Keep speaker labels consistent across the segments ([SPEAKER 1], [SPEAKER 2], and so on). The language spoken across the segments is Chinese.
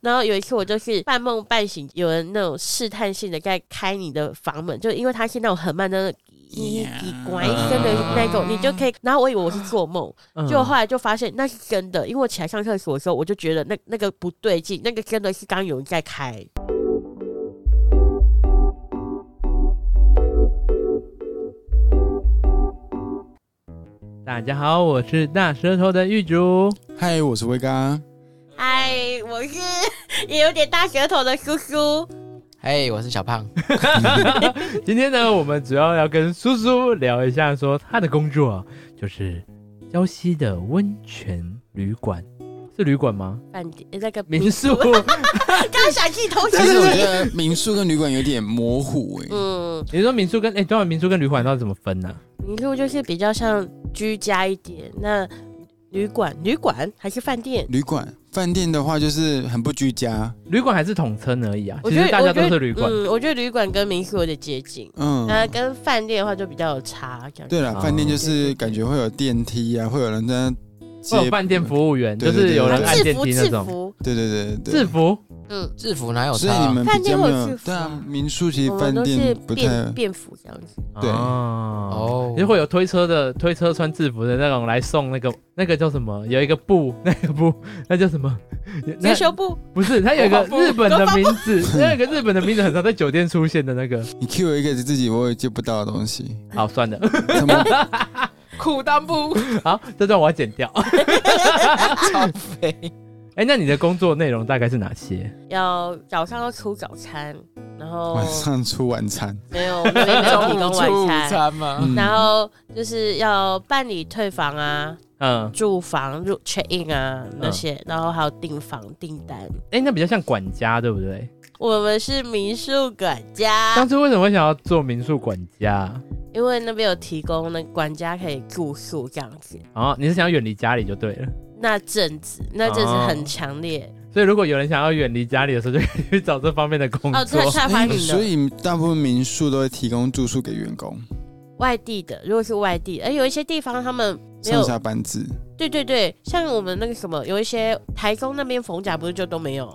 [SPEAKER 1] 然后有一次我就是半梦半醒，有人那种试探性的在开你的房门，就因为他是那种很慢的。叽叽呱一声的那种，你就可以。然后我以为我是做梦，
[SPEAKER 2] 嗯
[SPEAKER 1] 结果后来就发现那是真的，因为我起来上厕所的时候，我就觉得那那个不对劲，那个真的是刚有人在开。
[SPEAKER 2] 大家好，我是大舌头的玉竹。
[SPEAKER 3] 嗨，我是威哥。
[SPEAKER 1] 嗨，哎我是也有点大舌头的叔叔。
[SPEAKER 4] 嘿我是小胖。
[SPEAKER 2] 今天呢，我们主要要跟苏苏聊一下，说他的工作啊就是礁溪的温泉旅馆，是旅馆吗？
[SPEAKER 1] 饭店那个
[SPEAKER 2] 民宿。
[SPEAKER 1] 刚想去投
[SPEAKER 3] 其实我
[SPEAKER 1] 钱。
[SPEAKER 3] 觉得民宿跟旅馆有点模糊哎、
[SPEAKER 1] 嗯，
[SPEAKER 2] 你说民宿跟哎，等会民宿跟旅馆到底怎么分呢、
[SPEAKER 1] 民宿就是比较像居家一点，那旅馆、旅馆还是饭店？
[SPEAKER 3] 旅馆、饭店的话就是很不居家，
[SPEAKER 2] 旅馆还是统称而已啊，
[SPEAKER 1] 我
[SPEAKER 2] 其
[SPEAKER 1] 觉
[SPEAKER 2] 实
[SPEAKER 1] 得
[SPEAKER 2] 大家
[SPEAKER 1] 我觉
[SPEAKER 2] 都
[SPEAKER 1] 得
[SPEAKER 2] 是旅馆。
[SPEAKER 1] 嗯，我觉得旅馆跟民宿有点接近，
[SPEAKER 3] 嗯，
[SPEAKER 1] 那、跟饭店的话就比较有差。感觉
[SPEAKER 3] 对了，
[SPEAKER 2] 哦
[SPEAKER 3] 饭店就是感觉会有电梯啊，会有人在
[SPEAKER 2] 会
[SPEAKER 3] 接
[SPEAKER 2] 有，饭店服务员，就
[SPEAKER 3] 对对
[SPEAKER 2] 是有
[SPEAKER 3] 对
[SPEAKER 2] 人
[SPEAKER 3] 对
[SPEAKER 2] 按
[SPEAKER 1] 啊制
[SPEAKER 2] 电
[SPEAKER 1] 服
[SPEAKER 2] 梯那
[SPEAKER 1] 制
[SPEAKER 2] 种。
[SPEAKER 1] 服，
[SPEAKER 3] 对对对
[SPEAKER 2] 制
[SPEAKER 3] 对。
[SPEAKER 2] 服
[SPEAKER 1] 嗯，
[SPEAKER 4] 制服哪有
[SPEAKER 3] 所以
[SPEAKER 4] 差？
[SPEAKER 3] 你们比
[SPEAKER 1] 饭
[SPEAKER 3] 较
[SPEAKER 1] 店
[SPEAKER 3] 没
[SPEAKER 1] 会有
[SPEAKER 3] 有
[SPEAKER 1] 制服
[SPEAKER 3] 对啊，民宿其实
[SPEAKER 1] 我
[SPEAKER 3] 饭
[SPEAKER 1] 们嗯都是
[SPEAKER 3] 店不太
[SPEAKER 1] 便便服这样子。
[SPEAKER 3] 对
[SPEAKER 2] 哦，
[SPEAKER 4] 哦，
[SPEAKER 2] 就会有推车的推车穿制服的那种来送那个那个叫什么？有一个布， 那个布那叫什么？那
[SPEAKER 1] 遮羞布，
[SPEAKER 2] 不是，它有一个
[SPEAKER 1] 国防部
[SPEAKER 2] 日本的名字， 它有一个日本的名字很常在酒店出现的那个。
[SPEAKER 3] 你 Q 一个自己我也接不到的 东西，
[SPEAKER 2] 好，算了，
[SPEAKER 3] 什么
[SPEAKER 1] 哦
[SPEAKER 4] 裤裆 布
[SPEAKER 2] 好，这段我要剪掉。
[SPEAKER 4] 超肥。
[SPEAKER 2] 哎，那你的工作内容大概是哪些？
[SPEAKER 1] 要早上要出早餐，然后
[SPEAKER 3] 晚上出晚餐，
[SPEAKER 1] 没有，我们 没有提供
[SPEAKER 4] 中午
[SPEAKER 1] 晚餐。
[SPEAKER 4] 餐吗？
[SPEAKER 3] 嗯
[SPEAKER 1] 然后就是要办理退房啊、
[SPEAKER 2] 嗯，
[SPEAKER 1] 住房、入 check in 啊
[SPEAKER 3] 嗯
[SPEAKER 1] 那些，然后还有订房订单。
[SPEAKER 2] 哎，那比较像管家，对不对？
[SPEAKER 1] 我们是民宿管家
[SPEAKER 2] 当，初为什么会想要做民宿管家？
[SPEAKER 1] 因为那边有提供那管家可以住宿这样子。
[SPEAKER 2] 哦，你是想要远离家里就对了。
[SPEAKER 1] 那阵子，那阵子很强烈
[SPEAKER 2] 所以如果有人想要远离家里的时候，就可以去找这方面的工
[SPEAKER 1] 哦，
[SPEAKER 2] 作
[SPEAKER 1] 他。下欢迎
[SPEAKER 3] 哎所
[SPEAKER 1] 的
[SPEAKER 3] 以大部分民宿都会提供住宿给员工
[SPEAKER 1] 外地的，如果是外地，而有一些地方他们没
[SPEAKER 3] 上
[SPEAKER 1] 有，
[SPEAKER 3] 下班制
[SPEAKER 1] 对对对，像我们那个什么，有一些台中那边逢甲不是就都没有，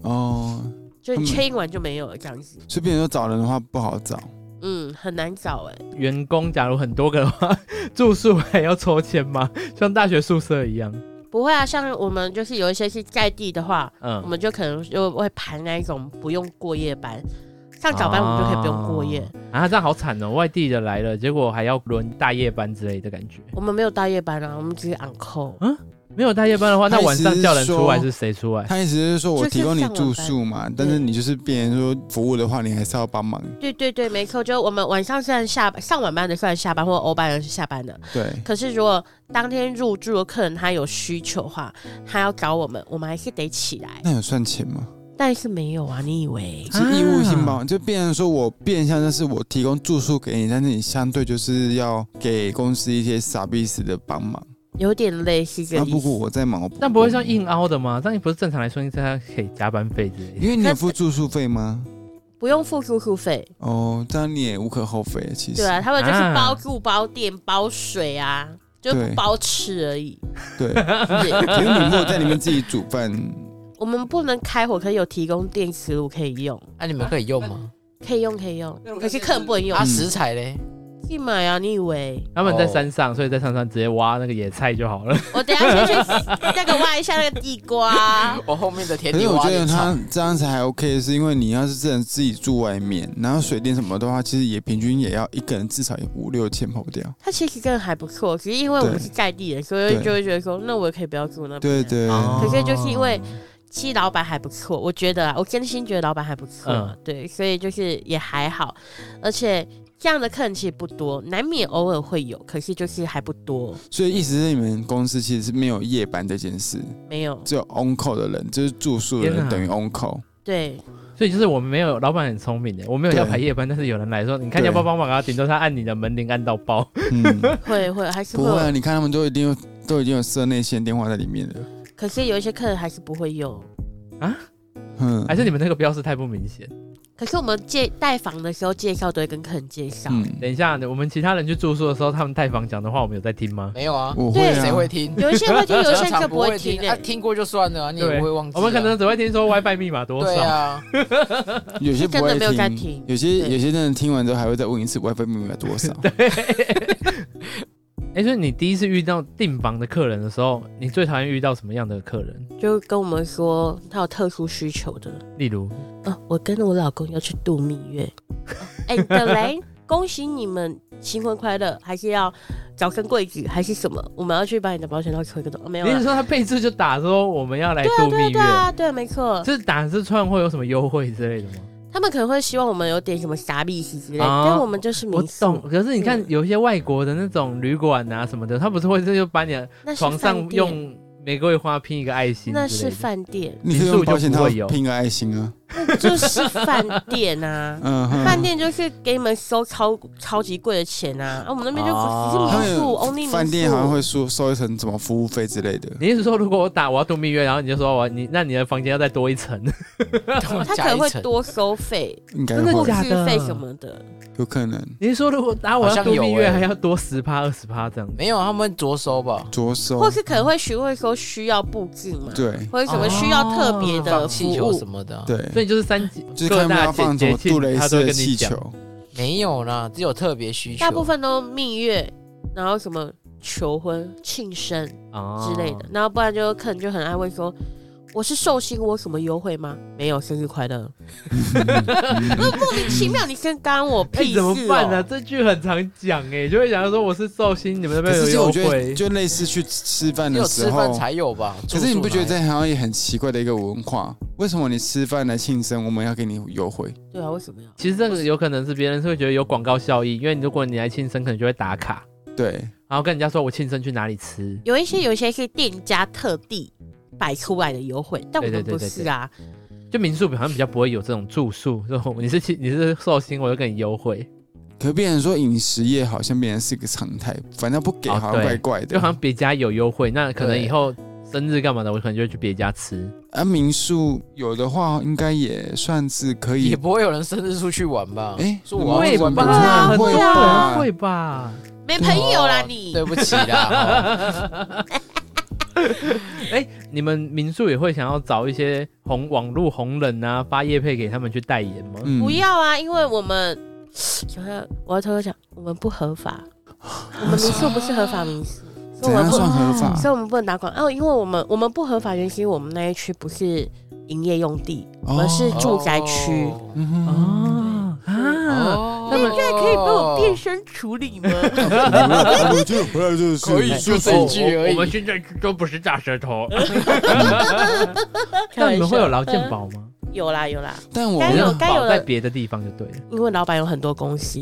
[SPEAKER 3] 哦，
[SPEAKER 1] 就
[SPEAKER 3] 他们
[SPEAKER 1] check in 完就没有了这样子，
[SPEAKER 3] 所以变成说找人的话不好找，
[SPEAKER 1] 嗯，很难找哎、
[SPEAKER 2] 员工假如很多个的话，住宿还要抽签吗？ 像大学宿舍一样？
[SPEAKER 1] 不会啊，像我们就是有一些是在地的话，我
[SPEAKER 2] 嗯，
[SPEAKER 1] 们就可能就会排那一种不用过夜班，上早班我们就可以不用过夜，
[SPEAKER 2] 啊，这样好惨哦！外地的来了，结果还要轮大夜班之类的感觉。
[SPEAKER 1] 我们没有大夜班啊，我们只是 on call。
[SPEAKER 2] 没有大夜班的话，那
[SPEAKER 3] 他意
[SPEAKER 2] 晚
[SPEAKER 3] 思
[SPEAKER 2] 上
[SPEAKER 3] 是
[SPEAKER 2] 叫人出
[SPEAKER 3] 说
[SPEAKER 2] 来是谁出来？
[SPEAKER 3] 他意思是说我
[SPEAKER 1] 就是
[SPEAKER 3] 提供你
[SPEAKER 1] 上晚
[SPEAKER 3] 住
[SPEAKER 1] 班
[SPEAKER 3] 宿嘛，但是
[SPEAKER 1] 嗯
[SPEAKER 3] 你就是变成说服务的话，你还是要帮忙。
[SPEAKER 1] 对对对，没错，就是我们晚上虽然下班，上晚班的虽然下班，或欧班人是下班的，
[SPEAKER 3] 对，
[SPEAKER 1] 可是如果当天入住的客人他有需求的话，他要找我们，我们还是得起来。
[SPEAKER 3] 那有算钱吗？
[SPEAKER 1] 但是没有啊，你以为？
[SPEAKER 3] 是义务性帮忙，就变成说我变相就是我提供住宿给你，但是你相对就是要给公司一些傻逼式的帮忙。
[SPEAKER 1] 有点类似这
[SPEAKER 3] 那
[SPEAKER 1] 个
[SPEAKER 3] 不
[SPEAKER 1] 意
[SPEAKER 3] 过
[SPEAKER 1] 思。
[SPEAKER 3] 我在忙，我
[SPEAKER 2] 啊那不会像，硬凹的吗？这样不是正常来说应该可以加班费之类的？
[SPEAKER 3] 因为你有付住宿费吗？
[SPEAKER 1] 不用付住宿费，
[SPEAKER 3] 哦，这样你也无可厚非。其实，
[SPEAKER 1] 对啊，他们就是
[SPEAKER 2] 啊
[SPEAKER 1] 包住、包电、包水啊，就
[SPEAKER 3] 对
[SPEAKER 1] 不包吃而 已。
[SPEAKER 3] 对，
[SPEAKER 1] 对
[SPEAKER 3] 可是你如果在里面自己煮饭，
[SPEAKER 1] 我们不能开火，可以有提供电磁炉可以用，
[SPEAKER 4] 啊那你们可以用吗？
[SPEAKER 1] 可以用，可以用。可是客人不能用
[SPEAKER 4] 啊，
[SPEAKER 3] 嗯，
[SPEAKER 4] 食材嘞？
[SPEAKER 1] 去买啊！你以为？
[SPEAKER 2] 他们在
[SPEAKER 4] 哦
[SPEAKER 2] 山上，所以在山上直接挖那个野菜就好了。
[SPEAKER 1] 我等一下先去那个挖一下那个地瓜。
[SPEAKER 4] 我后面的田
[SPEAKER 3] 可
[SPEAKER 4] 地
[SPEAKER 3] 是我
[SPEAKER 4] 挖
[SPEAKER 3] 觉得
[SPEAKER 4] 点草
[SPEAKER 3] 他。这样子还 OK，是因为你要是真的自己住外面，然后水电什么的话，其实也平均也要一个人至少有五六千跑不掉。
[SPEAKER 1] 它其实真的还不错，只是因为我们
[SPEAKER 3] 对
[SPEAKER 1] 是在地人，所以
[SPEAKER 3] 对
[SPEAKER 1] 就会觉得说，那我也可以不要住那边。啊
[SPEAKER 3] 对对，
[SPEAKER 1] 可是就是因为其实老板还不错，我觉得啊，我真心觉得老板还不错，
[SPEAKER 2] 嗯
[SPEAKER 1] 对，所以就是也还好，而且这样的客人其实不多，难免偶尔会有，可是就是还不多，
[SPEAKER 3] 所以意思是你们公司其实是没有夜班这件事，
[SPEAKER 1] 没有，
[SPEAKER 3] 只有 on call 的人，就是住宿的
[SPEAKER 2] 天
[SPEAKER 3] 人
[SPEAKER 2] 哪
[SPEAKER 3] 等于 on call。
[SPEAKER 1] 对，
[SPEAKER 2] 所以就是我们没有老板很聪明的，我没有要
[SPEAKER 3] 对
[SPEAKER 2] 排夜班，但是有人来说，你看要不要帮忙啊？顶多他按你的门铃按到爆，
[SPEAKER 3] 嗯，
[SPEAKER 1] 会会还是
[SPEAKER 3] 不
[SPEAKER 1] 会
[SPEAKER 3] 会啊，
[SPEAKER 1] 有，
[SPEAKER 3] 你看他们都一定有都已经有设内线电话在里面了。
[SPEAKER 1] 可是有一些客人还是不会用，
[SPEAKER 3] 嗯，
[SPEAKER 2] 还是你们那个标识太不明显？
[SPEAKER 1] 可是我们介带房的时候介绍都会跟客人介绍，
[SPEAKER 3] 嗯，
[SPEAKER 2] 等一下，我们其他人去住宿的时候，他们带房讲的话，我们有在听吗？
[SPEAKER 4] 没有啊，
[SPEAKER 3] 我会
[SPEAKER 4] 谁
[SPEAKER 3] 啊，
[SPEAKER 4] 会听？
[SPEAKER 1] 有一些会听， 有一些人就
[SPEAKER 4] 正常
[SPEAKER 1] 不会听欸
[SPEAKER 4] 啊，
[SPEAKER 1] 诶。
[SPEAKER 4] 听过就算了啊，你也不会忘记啊。
[SPEAKER 2] 我们可能只会 听说 WiFi 密码多
[SPEAKER 4] 对
[SPEAKER 2] 少。
[SPEAKER 4] 啊，
[SPEAKER 3] 有些不
[SPEAKER 1] 真
[SPEAKER 3] 会
[SPEAKER 1] 的没有在听
[SPEAKER 3] 有些
[SPEAKER 1] 对
[SPEAKER 3] 有些真的听完之后还会再问一次 WiFi 密码 多少。
[SPEAKER 2] 哎，所以你第一次遇到订房的客人的时候，你最讨厌遇到什么样的客人？
[SPEAKER 1] 就跟我们说他有特殊需求的。
[SPEAKER 2] 例如，
[SPEAKER 1] 哦，我跟我老公要去度蜜月。哎、等雷，恭喜你们新婚快乐！还是要早生贵子，还是什么？我们要去把你的保险套抽一个洞、哦没有
[SPEAKER 2] 你是
[SPEAKER 1] 啦。
[SPEAKER 2] 说他配置就打说我们要来度蜜
[SPEAKER 1] 对
[SPEAKER 2] 月，
[SPEAKER 1] 啊，对，没错。
[SPEAKER 2] 这打这串会有什么优惠之类的吗？
[SPEAKER 1] 他们可能会希望我们有点什么傻逼之类，
[SPEAKER 2] 啊
[SPEAKER 1] 但我们就是
[SPEAKER 2] 我
[SPEAKER 1] 民
[SPEAKER 2] 懂，
[SPEAKER 1] 宿，
[SPEAKER 2] 可是你看
[SPEAKER 1] 嗯
[SPEAKER 2] 有一些外国的那种旅馆啊什么的，他不是会这就把你的
[SPEAKER 1] 那是
[SPEAKER 2] 床上
[SPEAKER 1] 饭店，
[SPEAKER 2] 用玫瑰花拼一个爱心之类的，
[SPEAKER 1] 那是饭店，
[SPEAKER 3] 你可以用保险套
[SPEAKER 2] 民宿就不会有
[SPEAKER 3] 拼个爱心啊，
[SPEAKER 1] 就是饭店 啊。
[SPEAKER 3] 嗯哼，
[SPEAKER 1] 饭店就是给你们收超超级贵的钱啊，啊，我们那边就只是民宿
[SPEAKER 3] 他
[SPEAKER 1] ，only
[SPEAKER 3] 们
[SPEAKER 1] 民宿。
[SPEAKER 3] 哦饭店好像会收收一层什么服务费之类的。
[SPEAKER 2] 你意思说，如果我打我要度蜜月，然后你就说我你那你的房间要再多一层，
[SPEAKER 1] 他可能会多收费，
[SPEAKER 3] 应该
[SPEAKER 2] 真的
[SPEAKER 3] 会
[SPEAKER 2] 假
[SPEAKER 1] 自费什么的。
[SPEAKER 3] 有可能
[SPEAKER 2] 你是说如果啊打我要度蜜
[SPEAKER 4] 好像有
[SPEAKER 2] 月
[SPEAKER 4] 欸
[SPEAKER 2] 还要多十趴二十趴这样子？
[SPEAKER 4] 没有啊，他们着手吧，
[SPEAKER 3] 着手
[SPEAKER 1] 或，是可能会询问说需要布置嘛，
[SPEAKER 3] 对
[SPEAKER 1] 或者什么需要特别的
[SPEAKER 4] 哦放
[SPEAKER 1] 服
[SPEAKER 4] 气球什
[SPEAKER 1] 务。
[SPEAKER 4] 么的啊，
[SPEAKER 2] 所
[SPEAKER 3] 对，
[SPEAKER 2] 以就是三级
[SPEAKER 3] 就是
[SPEAKER 2] 各
[SPEAKER 3] 看他们
[SPEAKER 2] 大
[SPEAKER 3] 要放什
[SPEAKER 2] 节
[SPEAKER 3] 么
[SPEAKER 2] 庆
[SPEAKER 3] 杜蕾
[SPEAKER 2] 他
[SPEAKER 3] 斯
[SPEAKER 2] 都
[SPEAKER 3] 的
[SPEAKER 2] 会跟你
[SPEAKER 3] 气
[SPEAKER 2] 讲。
[SPEAKER 3] 球，
[SPEAKER 4] 没有啦，只有特别需求。
[SPEAKER 1] 大部分都蜜月，然后什么求婚、庆生
[SPEAKER 2] 啊
[SPEAKER 1] 之类
[SPEAKER 4] 哦
[SPEAKER 1] 的，。然后不然就客人就很爱问说。我是寿星，我有什么优惠吗？没有，生日快 乐。莫名其妙，你跟干我
[SPEAKER 2] 哎、
[SPEAKER 1] 屁事、
[SPEAKER 2] 怎
[SPEAKER 1] 哦
[SPEAKER 2] 么办呢、这句很常讲哎、就会讲说我是寿星，你们那
[SPEAKER 3] 可
[SPEAKER 2] 边
[SPEAKER 3] 是
[SPEAKER 2] 有
[SPEAKER 3] 其实
[SPEAKER 2] 优
[SPEAKER 3] 我觉
[SPEAKER 2] 惠
[SPEAKER 3] 得，就类似去吃饭
[SPEAKER 4] 只
[SPEAKER 3] 的
[SPEAKER 4] 有
[SPEAKER 3] 时
[SPEAKER 4] 吃饭
[SPEAKER 3] 候，
[SPEAKER 4] 才有吧？
[SPEAKER 3] 可是你不觉得
[SPEAKER 4] 住宿
[SPEAKER 3] 这好像也很奇怪的一个文化？为什么你吃饭来庆生，我们要给你优惠？
[SPEAKER 1] 对啊，为什么要？
[SPEAKER 2] 其实这个有可能是别人是会觉得有广告效益，因为如果你来庆生，可能就会打卡，
[SPEAKER 3] 对，
[SPEAKER 2] 然后跟人家说我庆生去哪里吃，
[SPEAKER 1] 有一些有一些是店家特地摆出来的优惠，但我们不是啊。
[SPEAKER 2] 就民宿好像比较不会有这种住宿， 这种你是庆你是寿星，我就给你优惠，
[SPEAKER 3] 可变成说饮食业好像变成是一个常态，反正不给
[SPEAKER 2] 哦
[SPEAKER 3] 好像
[SPEAKER 2] 对
[SPEAKER 3] 怪怪
[SPEAKER 2] 就
[SPEAKER 3] 的。
[SPEAKER 2] 好像别家有优惠，那可能
[SPEAKER 4] 对
[SPEAKER 2] 以后生日干嘛的，我可能就会去别家吃。
[SPEAKER 3] 啊，民宿有的话应该也算是可
[SPEAKER 4] 也
[SPEAKER 3] 以。
[SPEAKER 4] 不会有人生日出去玩吧？
[SPEAKER 3] 哎
[SPEAKER 4] 说我要啊
[SPEAKER 3] 会
[SPEAKER 4] 去玩
[SPEAKER 3] 吧
[SPEAKER 4] 民
[SPEAKER 3] 不
[SPEAKER 4] 宿
[SPEAKER 3] 太
[SPEAKER 2] 很多
[SPEAKER 3] 会
[SPEAKER 2] 人
[SPEAKER 3] 吧
[SPEAKER 2] 会吧？
[SPEAKER 1] 没朋友啦
[SPEAKER 4] 哦
[SPEAKER 1] 你，
[SPEAKER 4] 对不起 啦，
[SPEAKER 2] 哎、你们民宿也会想要找一些红网络红人啊，发业配给他们去代言吗？
[SPEAKER 3] 嗯
[SPEAKER 1] 不要啊，因为我们想要我要偷偷讲，我们不合法，我们民宿不是合法民宿，所以我
[SPEAKER 3] 怎
[SPEAKER 1] 们
[SPEAKER 3] 样
[SPEAKER 1] 不
[SPEAKER 3] 算合法？
[SPEAKER 1] 所以我们不能打广告。哦，因为我们我们不合法，原因是因为我们那一区不是营业用地，我们是
[SPEAKER 3] 哦
[SPEAKER 1] 住宅区。嗯
[SPEAKER 3] 嗯哼
[SPEAKER 2] 哦啊，
[SPEAKER 4] 哦，
[SPEAKER 2] 那么
[SPEAKER 4] 现在
[SPEAKER 1] 可以帮我变身处理吗？
[SPEAKER 3] 我觉得回来就是
[SPEAKER 4] 可以就这一句而已
[SPEAKER 2] 哦我们现在都不是大舌 头。
[SPEAKER 1] 开
[SPEAKER 2] 那
[SPEAKER 1] 玩
[SPEAKER 2] 你们会
[SPEAKER 1] 笑
[SPEAKER 2] 有劳健保吗？
[SPEAKER 1] 有啦有啦，
[SPEAKER 3] 但我
[SPEAKER 1] 该有
[SPEAKER 2] 劳健
[SPEAKER 1] 该有
[SPEAKER 2] 保
[SPEAKER 1] 的
[SPEAKER 2] 在别的地方就对了。
[SPEAKER 1] 因为老板有很多公司，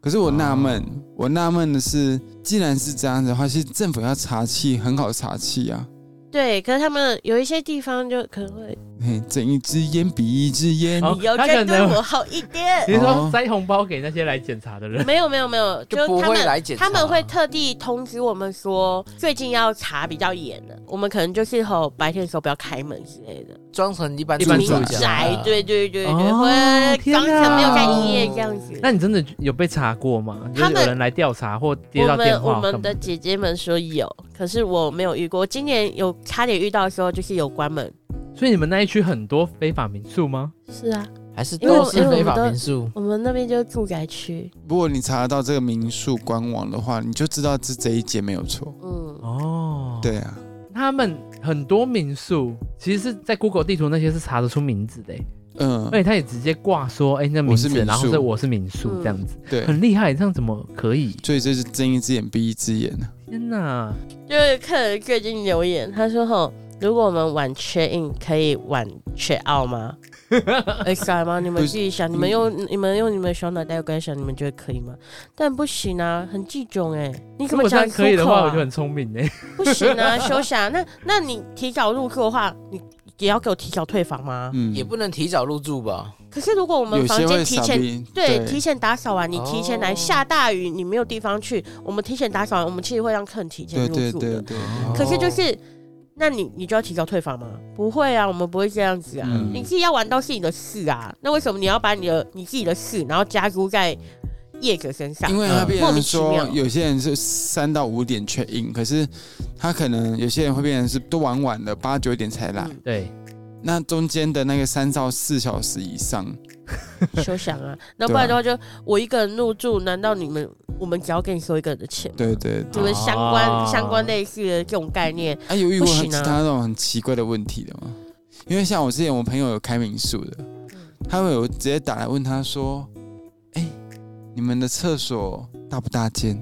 [SPEAKER 3] 可是我纳闷，我纳闷的是，既然是这样子的话，其实政府要查气，很好查气啊。
[SPEAKER 1] 对，可是他们有一些地方就可能会
[SPEAKER 3] 嘿，睁一只眼闭一只眼，
[SPEAKER 2] 哦
[SPEAKER 1] 你要
[SPEAKER 2] 他可
[SPEAKER 1] 再对
[SPEAKER 2] 能
[SPEAKER 1] 我好一点。
[SPEAKER 2] 你是说
[SPEAKER 3] 哦
[SPEAKER 2] 塞红包给那些来检查的人？
[SPEAKER 1] 没有没有没有，
[SPEAKER 4] 就是不
[SPEAKER 1] 他
[SPEAKER 4] 会
[SPEAKER 1] 们
[SPEAKER 4] 来检查，
[SPEAKER 1] 他们会特地通知我们说最近要查比较严了，我们可能就是吼白天的时候不要开门之类的，
[SPEAKER 4] 装成一般
[SPEAKER 2] 一般
[SPEAKER 4] 住
[SPEAKER 2] 住
[SPEAKER 1] 宅
[SPEAKER 4] 家，
[SPEAKER 1] 对对对对，
[SPEAKER 2] 哦
[SPEAKER 1] 或者
[SPEAKER 2] 天
[SPEAKER 1] 刚才
[SPEAKER 2] 啊
[SPEAKER 1] 没有在营业这样子。
[SPEAKER 2] 那你真的有被查过吗？就
[SPEAKER 1] 他
[SPEAKER 2] 是
[SPEAKER 1] 们
[SPEAKER 2] 有人来调查或接
[SPEAKER 1] 我
[SPEAKER 2] 到电
[SPEAKER 1] 们
[SPEAKER 2] 话
[SPEAKER 1] 我
[SPEAKER 2] 或干嘛？
[SPEAKER 1] 们的姐姐们说有，可是我没有遇过。今年有差点遇到的时候，就是有关门。
[SPEAKER 2] 所以你们那一区很多非法民宿吗？
[SPEAKER 1] 是啊，
[SPEAKER 4] 还是
[SPEAKER 1] 因为
[SPEAKER 4] 都
[SPEAKER 1] 因
[SPEAKER 4] 是
[SPEAKER 1] 为我
[SPEAKER 4] 非
[SPEAKER 1] 们
[SPEAKER 4] 法
[SPEAKER 1] 都
[SPEAKER 4] 民宿？
[SPEAKER 1] 我们那边就是住宅区，
[SPEAKER 3] 如果你查得到这个民宿官网的话，你就知道这这一节没有错。
[SPEAKER 1] 嗯，
[SPEAKER 2] 哦，
[SPEAKER 3] 对啊，
[SPEAKER 2] 他们很多民宿其实是在 Google 地图那些是查得出名字的欸，
[SPEAKER 3] 嗯
[SPEAKER 2] 而，且他也直接挂说，哎、那名
[SPEAKER 3] 我是
[SPEAKER 2] 字，
[SPEAKER 3] 民宿
[SPEAKER 2] 然后是我是民宿
[SPEAKER 1] 嗯
[SPEAKER 2] 这样子，
[SPEAKER 3] 对，
[SPEAKER 2] 很厉害，这样怎么可以？
[SPEAKER 3] 所以这是睁一只眼闭一只眼啊。
[SPEAKER 2] 天哪，
[SPEAKER 1] 就是客人最近留言，他说吼，如果我们晚 check in 可以晚 check out 吗？哎，傻吗？你们
[SPEAKER 3] 不
[SPEAKER 1] 自己想，你们用你们用你们的小脑袋跟想，你们觉得可以吗？但不行啊，很忌重哎、你怎
[SPEAKER 2] 如
[SPEAKER 1] 么
[SPEAKER 2] 果这
[SPEAKER 1] 讲
[SPEAKER 2] 样
[SPEAKER 1] 得出
[SPEAKER 2] 可以的
[SPEAKER 1] 口
[SPEAKER 2] 话，
[SPEAKER 1] 啊
[SPEAKER 2] 我就很聪明哎。
[SPEAKER 1] 不行啊，休想。那那你提早入住的话，你也要给我提早退房吗？
[SPEAKER 3] 嗯，
[SPEAKER 4] 也不能提早入住吧？
[SPEAKER 1] 可是如果我们
[SPEAKER 3] 有
[SPEAKER 1] 房
[SPEAKER 3] 些
[SPEAKER 1] 间
[SPEAKER 3] 会
[SPEAKER 1] 提
[SPEAKER 3] 傻
[SPEAKER 1] 前
[SPEAKER 3] 逼，
[SPEAKER 1] 对，提前打扫完，你提前来，
[SPEAKER 4] 哦
[SPEAKER 1] 下大雨你没有地方去，我们提前打扫完，我们其实会让客人提前
[SPEAKER 3] 对
[SPEAKER 1] 入
[SPEAKER 3] 对
[SPEAKER 1] 住哦
[SPEAKER 3] 对
[SPEAKER 1] 的。
[SPEAKER 3] 对，
[SPEAKER 1] 可是就是那你你就要提早退房吗？不会啊，我们不会这样子啊。
[SPEAKER 3] 嗯
[SPEAKER 1] 你自己要玩到是你的事啊，那为什么你要把你的你自己的事，然后加诸在业者身上嗯
[SPEAKER 3] 因？为他变
[SPEAKER 1] 莫
[SPEAKER 3] 成
[SPEAKER 1] 名其
[SPEAKER 3] 说
[SPEAKER 1] 妙
[SPEAKER 3] 有些人是三到五点 check in，可是他可能有些人会变成是都玩晚了，八九点才来，
[SPEAKER 1] 嗯
[SPEAKER 2] 对，
[SPEAKER 3] 那中间的那个三到四小时以上，
[SPEAKER 1] 休想 啊！那不然的话就，我一个人入住，难道你们我们只要给你收一个人的钱吗？
[SPEAKER 3] 对对
[SPEAKER 1] 就
[SPEAKER 3] 对，
[SPEAKER 1] 是相关、
[SPEAKER 2] 啊
[SPEAKER 1] 相关类似的这种概念，
[SPEAKER 3] 啊，有遇过
[SPEAKER 1] 不
[SPEAKER 3] 他
[SPEAKER 1] 行啊
[SPEAKER 3] 他那种很奇怪的问题的吗？因为像我之前我朋友有开民宿的，
[SPEAKER 1] 嗯
[SPEAKER 3] 他会有直接打来问他说：“哎、你们的厕所大不大间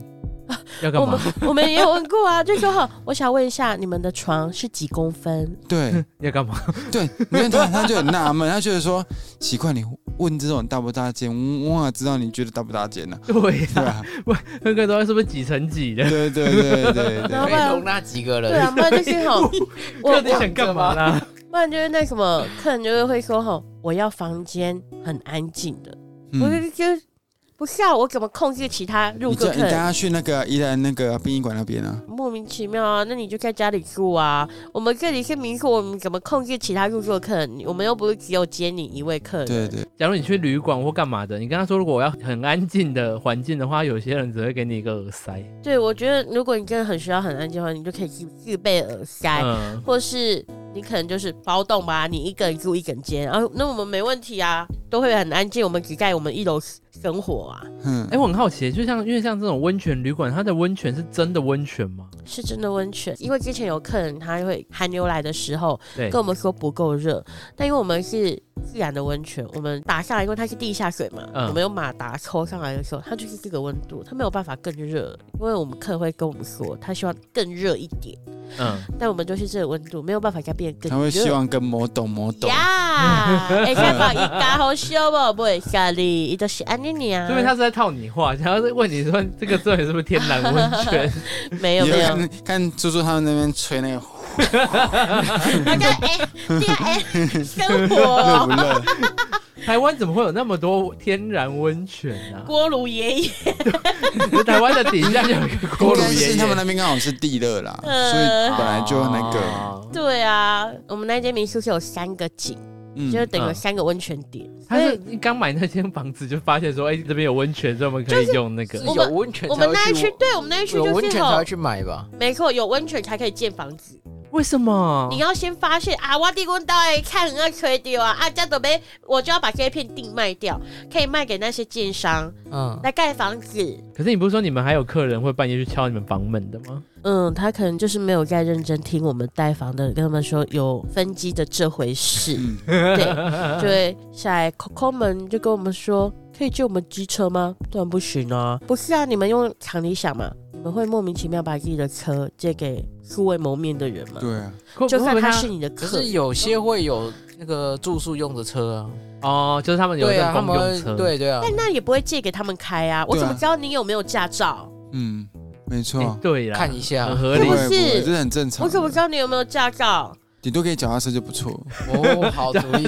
[SPEAKER 2] 要干
[SPEAKER 1] 我
[SPEAKER 2] 嘛
[SPEAKER 1] 们？我们也有问过 啊，就说好，我想问一下你们的床是几公分？？”
[SPEAKER 3] 对
[SPEAKER 2] 要干嘛？
[SPEAKER 3] 对，因为他他就很纳闷，他觉得说奇怪，你问这种大不大间，我我哪知道你觉得大不大间呢、
[SPEAKER 2] 对
[SPEAKER 3] 对
[SPEAKER 2] 啊，
[SPEAKER 3] 啊，
[SPEAKER 2] 那个都是不是几乘几的？
[SPEAKER 3] 对对对对
[SPEAKER 1] 然后
[SPEAKER 3] 对，
[SPEAKER 4] 可以容纳几个人？
[SPEAKER 1] 对啊，不然就是 吼，我
[SPEAKER 2] 到底
[SPEAKER 1] 我
[SPEAKER 2] 想干嘛啦？
[SPEAKER 1] 不然就是那什么，
[SPEAKER 3] 嗯
[SPEAKER 1] 客人就是会说吼，我要房间很安静的，我
[SPEAKER 3] 嗯，
[SPEAKER 1] 就就不是啊，我怎么控制其他入
[SPEAKER 3] 你
[SPEAKER 1] 住
[SPEAKER 3] 叫
[SPEAKER 1] 客
[SPEAKER 3] 你带
[SPEAKER 1] 人？
[SPEAKER 3] 他去那个宜兰那个殡仪馆那边啊，
[SPEAKER 1] 莫名其妙啊，那你就在家里住啊。我们这里是民宿，我们怎么控制其他入住的客人？我们又不是只有接你一位客人。
[SPEAKER 3] 对对，
[SPEAKER 2] 假如你去旅馆或干嘛的，你跟他说如果我要很安静的环境的话，有些人只会给你一个耳塞。
[SPEAKER 1] 对，我觉得如果你真的很需要很安静的话，你就可以自自备耳塞，
[SPEAKER 2] 嗯，
[SPEAKER 1] 或是你可能就是包栋吧，你一个人住一整间，然、后那我们没问题啊，都会很安静，我们只在我们一楼生活啊，
[SPEAKER 3] 嗯
[SPEAKER 2] 哎、，我很好奇，就像因为像这种温泉旅馆，它的温泉是真的温泉吗？
[SPEAKER 1] 是真的温泉。因为之前有客人他会寒流来的时候
[SPEAKER 2] 对
[SPEAKER 1] 跟，我们说不够热，但因为我们是自然的温泉，我们打下来，因为它是地下水嘛，
[SPEAKER 2] 嗯
[SPEAKER 1] 我们用马达抽上来的时候，它就是这个温度，它没有办法更热，因为我们客人会跟我们说他希望更热一点。
[SPEAKER 2] 嗯，
[SPEAKER 1] 但我们就是这个温度，没有办法给它变得更
[SPEAKER 3] 他
[SPEAKER 1] 热
[SPEAKER 3] 会希望跟某懂某 懂，
[SPEAKER 1] 呀，哎，看法伊家好笑不？不会咖喱，伊都是安尼啊。
[SPEAKER 2] 因为他是在套你话，想要问你说这个到底是不是天然温泉？
[SPEAKER 1] 没有
[SPEAKER 3] 你
[SPEAKER 1] 没
[SPEAKER 3] 会
[SPEAKER 1] 有，
[SPEAKER 3] 看看猪猪他们那边吹那个
[SPEAKER 1] 大家哎，这样哎，生
[SPEAKER 3] 热 不
[SPEAKER 1] 活
[SPEAKER 3] 热？
[SPEAKER 2] 台湾怎么会有那么多天然温泉啊？
[SPEAKER 1] 锅炉爷爷，
[SPEAKER 2] 台湾的底下就有一个锅
[SPEAKER 3] 应
[SPEAKER 2] 炉
[SPEAKER 3] 该
[SPEAKER 2] 爷
[SPEAKER 3] 是
[SPEAKER 2] 爷
[SPEAKER 3] 他，们那边刚好是地热啦，
[SPEAKER 1] 呃
[SPEAKER 3] 所以 本来就那个，
[SPEAKER 2] 哦
[SPEAKER 1] 对啊，我们那间民宿是有三个景，就是
[SPEAKER 3] 嗯，
[SPEAKER 1] 等于三个温泉点，
[SPEAKER 2] 他
[SPEAKER 1] 所
[SPEAKER 2] 是
[SPEAKER 1] 以
[SPEAKER 2] 你刚买那间房子就发现说，哎、这边有温泉，所以我们可以用那个。
[SPEAKER 4] 是
[SPEAKER 1] 我
[SPEAKER 4] 有
[SPEAKER 1] 们
[SPEAKER 4] 温泉才
[SPEAKER 1] 我
[SPEAKER 4] 会去，
[SPEAKER 1] 们那一区，对我们那一区
[SPEAKER 4] 有
[SPEAKER 1] 就
[SPEAKER 4] 温
[SPEAKER 1] 是
[SPEAKER 4] 泉才
[SPEAKER 1] 吼
[SPEAKER 4] 会，去买吧？
[SPEAKER 1] 没错，有温泉才可以建房子。
[SPEAKER 2] 为什
[SPEAKER 4] 哦
[SPEAKER 2] 么？
[SPEAKER 1] 你要先发现啊，我地公到底看人家吹丢啊，啊，这样准备我就要把这一片地卖掉，可以卖给那些建商
[SPEAKER 4] 嗯，
[SPEAKER 1] 来盖房子。
[SPEAKER 2] 可是你不是说你们还有客人会半夜去敲你们房门的吗？
[SPEAKER 1] 嗯，他可能就是没有在认真听我们带房的，跟他们说有分机的这回事，
[SPEAKER 3] 嗯
[SPEAKER 1] 对，就会下来叩叩门，就跟我们说可以借我们机车吗？当然不行啊，不是啊，你们用常理想嘛，你们会莫名其妙把自己的车借给素未谋面的人吗？
[SPEAKER 3] 对啊，
[SPEAKER 1] 就算他
[SPEAKER 2] 他
[SPEAKER 1] 是你的
[SPEAKER 4] 可
[SPEAKER 1] 客
[SPEAKER 4] 是有些会有那个住宿用的车啊，
[SPEAKER 2] 哦，就是他们有一
[SPEAKER 4] 对啊，
[SPEAKER 2] 个
[SPEAKER 4] 他
[SPEAKER 2] 公
[SPEAKER 4] 们
[SPEAKER 2] 用车，
[SPEAKER 4] 会，对对啊，
[SPEAKER 1] 但那也不会借给他们开啊，我
[SPEAKER 3] 对啊
[SPEAKER 1] 怎么知道你有没有驾照？
[SPEAKER 3] 嗯，没
[SPEAKER 2] 哎
[SPEAKER 3] 错，
[SPEAKER 2] 对啦，
[SPEAKER 4] 看一下
[SPEAKER 2] 很合
[SPEAKER 1] 是
[SPEAKER 2] 理
[SPEAKER 1] 哎不
[SPEAKER 3] 不
[SPEAKER 1] 是
[SPEAKER 3] 会不会，这很正常
[SPEAKER 1] 我怎么知
[SPEAKER 3] 的。
[SPEAKER 1] 道你有没有驾照？
[SPEAKER 3] 顶多可以脚踏车就不错。
[SPEAKER 4] 哦，好主意，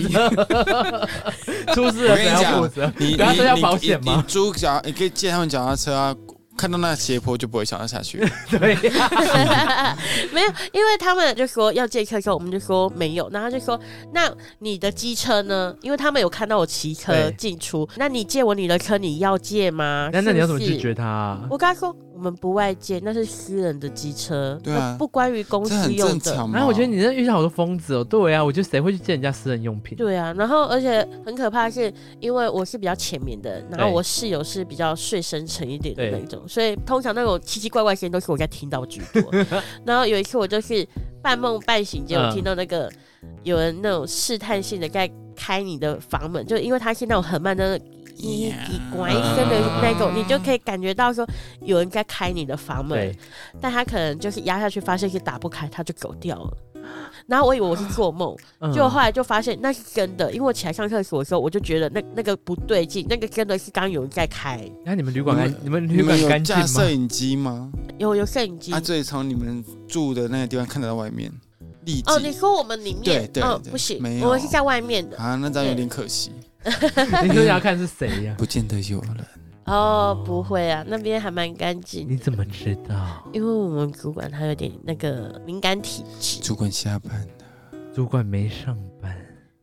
[SPEAKER 2] 出事了谁要负责？
[SPEAKER 3] 你
[SPEAKER 2] 脚踏车
[SPEAKER 3] 你
[SPEAKER 2] 要
[SPEAKER 3] 你
[SPEAKER 2] 保险
[SPEAKER 3] 你
[SPEAKER 2] 吗？
[SPEAKER 3] 租脚，你可以借他们脚踏车啊，看到那斜坡就不会想要下去。
[SPEAKER 2] 对啊呀，
[SPEAKER 1] 没有，因为他们就说要借车的时候，我们就说没有，然后他就说那你的机车呢？因为他们有看到我骑车
[SPEAKER 2] 对
[SPEAKER 1] 进出，那你借我你的车，你要借吗？
[SPEAKER 2] 那那你要怎么
[SPEAKER 1] 是不是
[SPEAKER 2] 拒？绝他啊？
[SPEAKER 1] 我跟他说我们不外借，那是私人的机车，
[SPEAKER 3] 对啊
[SPEAKER 1] 那不关于公
[SPEAKER 3] 这
[SPEAKER 1] 司
[SPEAKER 3] 很
[SPEAKER 1] 用
[SPEAKER 3] 正
[SPEAKER 1] 的。
[SPEAKER 3] 常嘛。
[SPEAKER 2] 然后我觉得你那遇到好多疯子哦，对啊，我觉得谁会去借人家私人用品？
[SPEAKER 1] 对啊，然后而且很可怕的是，因为我是比较浅眠的人，然后
[SPEAKER 2] 对
[SPEAKER 1] 我室友是比较睡深沉一点的
[SPEAKER 2] 对
[SPEAKER 1] 那种，所以通常那种奇奇怪怪的声音都是我在听到居 多。然后有一次我就是半梦半醒间，我
[SPEAKER 2] 嗯
[SPEAKER 1] 听到那个、有人那种试探性的在开你的房门，就因为他是那种很慢的。叽叽呱一声的那种，你就可以感觉到说有人在开你的房门
[SPEAKER 2] 对，，
[SPEAKER 1] 但他可能就是压下去，发现是打不开，他就走掉了。然后我以为我是做梦，
[SPEAKER 2] 嗯
[SPEAKER 1] 就后来就发现那是真的，因为我起来上厕所的时候，我就觉得那那个不对劲，那个真的是刚刚有人在开，
[SPEAKER 2] 那你们旅馆干，你们
[SPEAKER 3] 你
[SPEAKER 2] 旅
[SPEAKER 3] 们
[SPEAKER 2] 馆
[SPEAKER 3] 有
[SPEAKER 2] 干净
[SPEAKER 3] 架摄
[SPEAKER 2] 吗？
[SPEAKER 3] 影机吗？
[SPEAKER 1] 有有摄影机。
[SPEAKER 3] 它只以从你们住的那个地方看得到外面，立
[SPEAKER 1] 哦，你
[SPEAKER 3] 即。
[SPEAKER 1] 说我们里面，
[SPEAKER 3] 对对
[SPEAKER 1] 哦，
[SPEAKER 3] 对
[SPEAKER 1] 不行
[SPEAKER 3] 没，有
[SPEAKER 1] 我们是
[SPEAKER 3] 啊
[SPEAKER 1] 在外面的。
[SPEAKER 3] 啊，那这样有点可惜，
[SPEAKER 2] 你就要看是谁呀？
[SPEAKER 3] 不见得有人。
[SPEAKER 1] 哦，不会啊，那边还蛮干净
[SPEAKER 3] 嗯
[SPEAKER 1] 的。
[SPEAKER 2] 你怎么知道？
[SPEAKER 1] 因为我们主管他有点那个敏感体质，
[SPEAKER 3] 主管下班了，
[SPEAKER 2] 主管没上班，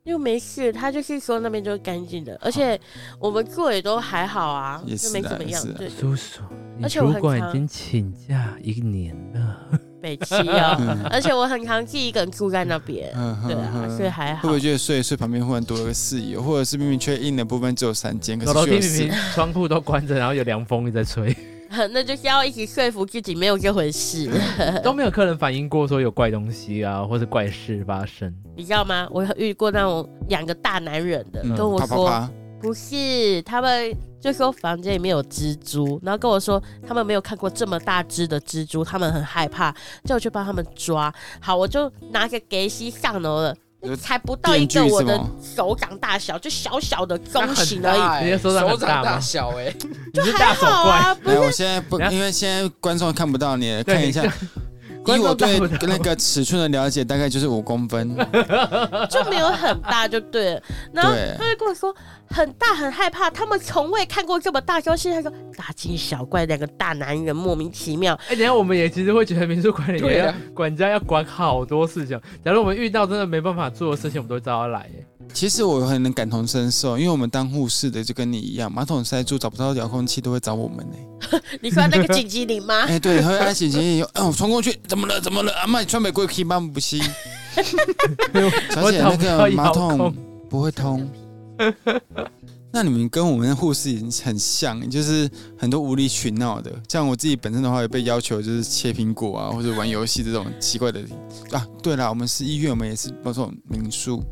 [SPEAKER 1] 又没事，他就是说那边就是干净的，而且我们做也都还好啊，
[SPEAKER 3] 哦也
[SPEAKER 1] 就是没
[SPEAKER 3] 啦
[SPEAKER 1] 怎么
[SPEAKER 3] 也
[SPEAKER 1] 样
[SPEAKER 3] 是啦。
[SPEAKER 1] 对，
[SPEAKER 2] 叔叔，你
[SPEAKER 1] 而且我
[SPEAKER 2] 主
[SPEAKER 1] 很
[SPEAKER 2] 管已
[SPEAKER 1] 常
[SPEAKER 2] 经请假一年了，
[SPEAKER 1] 北七哦，
[SPEAKER 3] 嗯
[SPEAKER 1] 而且我很常自己一个人住在那边，
[SPEAKER 3] 嗯
[SPEAKER 1] 对啊，所以
[SPEAKER 3] 哼，
[SPEAKER 1] 还
[SPEAKER 3] 会不
[SPEAKER 1] 好
[SPEAKER 3] 会。觉得睡一睡旁边忽然多了个室友，或者是明明缺一的部分只有三间，可
[SPEAKER 2] 走
[SPEAKER 3] 是
[SPEAKER 2] 楼
[SPEAKER 3] 却
[SPEAKER 2] 梯
[SPEAKER 3] 有
[SPEAKER 2] 明
[SPEAKER 3] 四
[SPEAKER 2] 明窗户都关着，然后有凉风一直在吹，
[SPEAKER 1] 那就是要一直说服自己没有这回事，
[SPEAKER 3] 嗯
[SPEAKER 2] 都没有客人反映过说有怪东西啊，或是怪事发生。
[SPEAKER 1] 你知道吗？我有遇过那种两个大男人的
[SPEAKER 3] 嗯
[SPEAKER 1] 跟我
[SPEAKER 3] 啪啪
[SPEAKER 1] 说，
[SPEAKER 3] 啪，
[SPEAKER 1] 不是，他们就说房间里面有蜘蛛，然后跟我说他们没有看过这么大只的蜘蛛，他们很害怕，叫我去帮他们抓。好，我就拿着给西上楼了
[SPEAKER 3] 有。
[SPEAKER 1] 才不到一个
[SPEAKER 3] 电锯是
[SPEAKER 1] 我
[SPEAKER 3] 吗
[SPEAKER 1] 的手掌大小，就小小的中 型而已，
[SPEAKER 4] 而
[SPEAKER 2] 你的手掌很
[SPEAKER 4] 手
[SPEAKER 2] 大吗
[SPEAKER 4] 掌大小哎，
[SPEAKER 2] 你是大
[SPEAKER 1] 还
[SPEAKER 2] 手
[SPEAKER 1] 好
[SPEAKER 2] 怪，
[SPEAKER 1] 啊，不
[SPEAKER 3] 来，
[SPEAKER 1] 是
[SPEAKER 3] 我现在 不，
[SPEAKER 2] 等下
[SPEAKER 3] 因为现在观众看不到你，
[SPEAKER 2] 对
[SPEAKER 3] 看一下。以
[SPEAKER 2] 观
[SPEAKER 3] 我
[SPEAKER 2] 众
[SPEAKER 3] 对
[SPEAKER 2] 看不到
[SPEAKER 3] 那个尺寸的了解，大概就是五 公分。
[SPEAKER 1] 就没有很大就对 了。然后
[SPEAKER 3] 对，
[SPEAKER 1] 他就跟我说很大很害怕，他们从未看过这么大。消息，他说大惊小怪，两个大男人莫名其妙，
[SPEAKER 2] 哎、等一下我们也其实会觉得民宿管理
[SPEAKER 4] 对
[SPEAKER 2] 员要、
[SPEAKER 4] 啊
[SPEAKER 2] 管家要管好多事情。假如我们遇到真的没办法做的事情，我们都会找他来。哎
[SPEAKER 3] 其实我很能感同身受，因为我们当护士的就跟你一样，马桶塞住找不到遥控器都会找我们呢、
[SPEAKER 1] 你说那个紧急铃吗
[SPEAKER 3] 哎、？对，会按紧急， 哎、我冲过去，怎么了？怎么了？阿妈，你穿玫瑰皮吗？不吸。小
[SPEAKER 2] 我
[SPEAKER 3] 姐，
[SPEAKER 2] 找
[SPEAKER 3] 那
[SPEAKER 2] 不到
[SPEAKER 3] 个马
[SPEAKER 2] 遥
[SPEAKER 3] 桶
[SPEAKER 2] 控，
[SPEAKER 3] 不会通。那你们跟我们的护士已经很像，就是很多无理取闹的。像我自己本身的话，也被要求就是切苹果啊，或者玩游戏这种奇怪的啊。对啦，我们是医院，我们也是包括民 宿。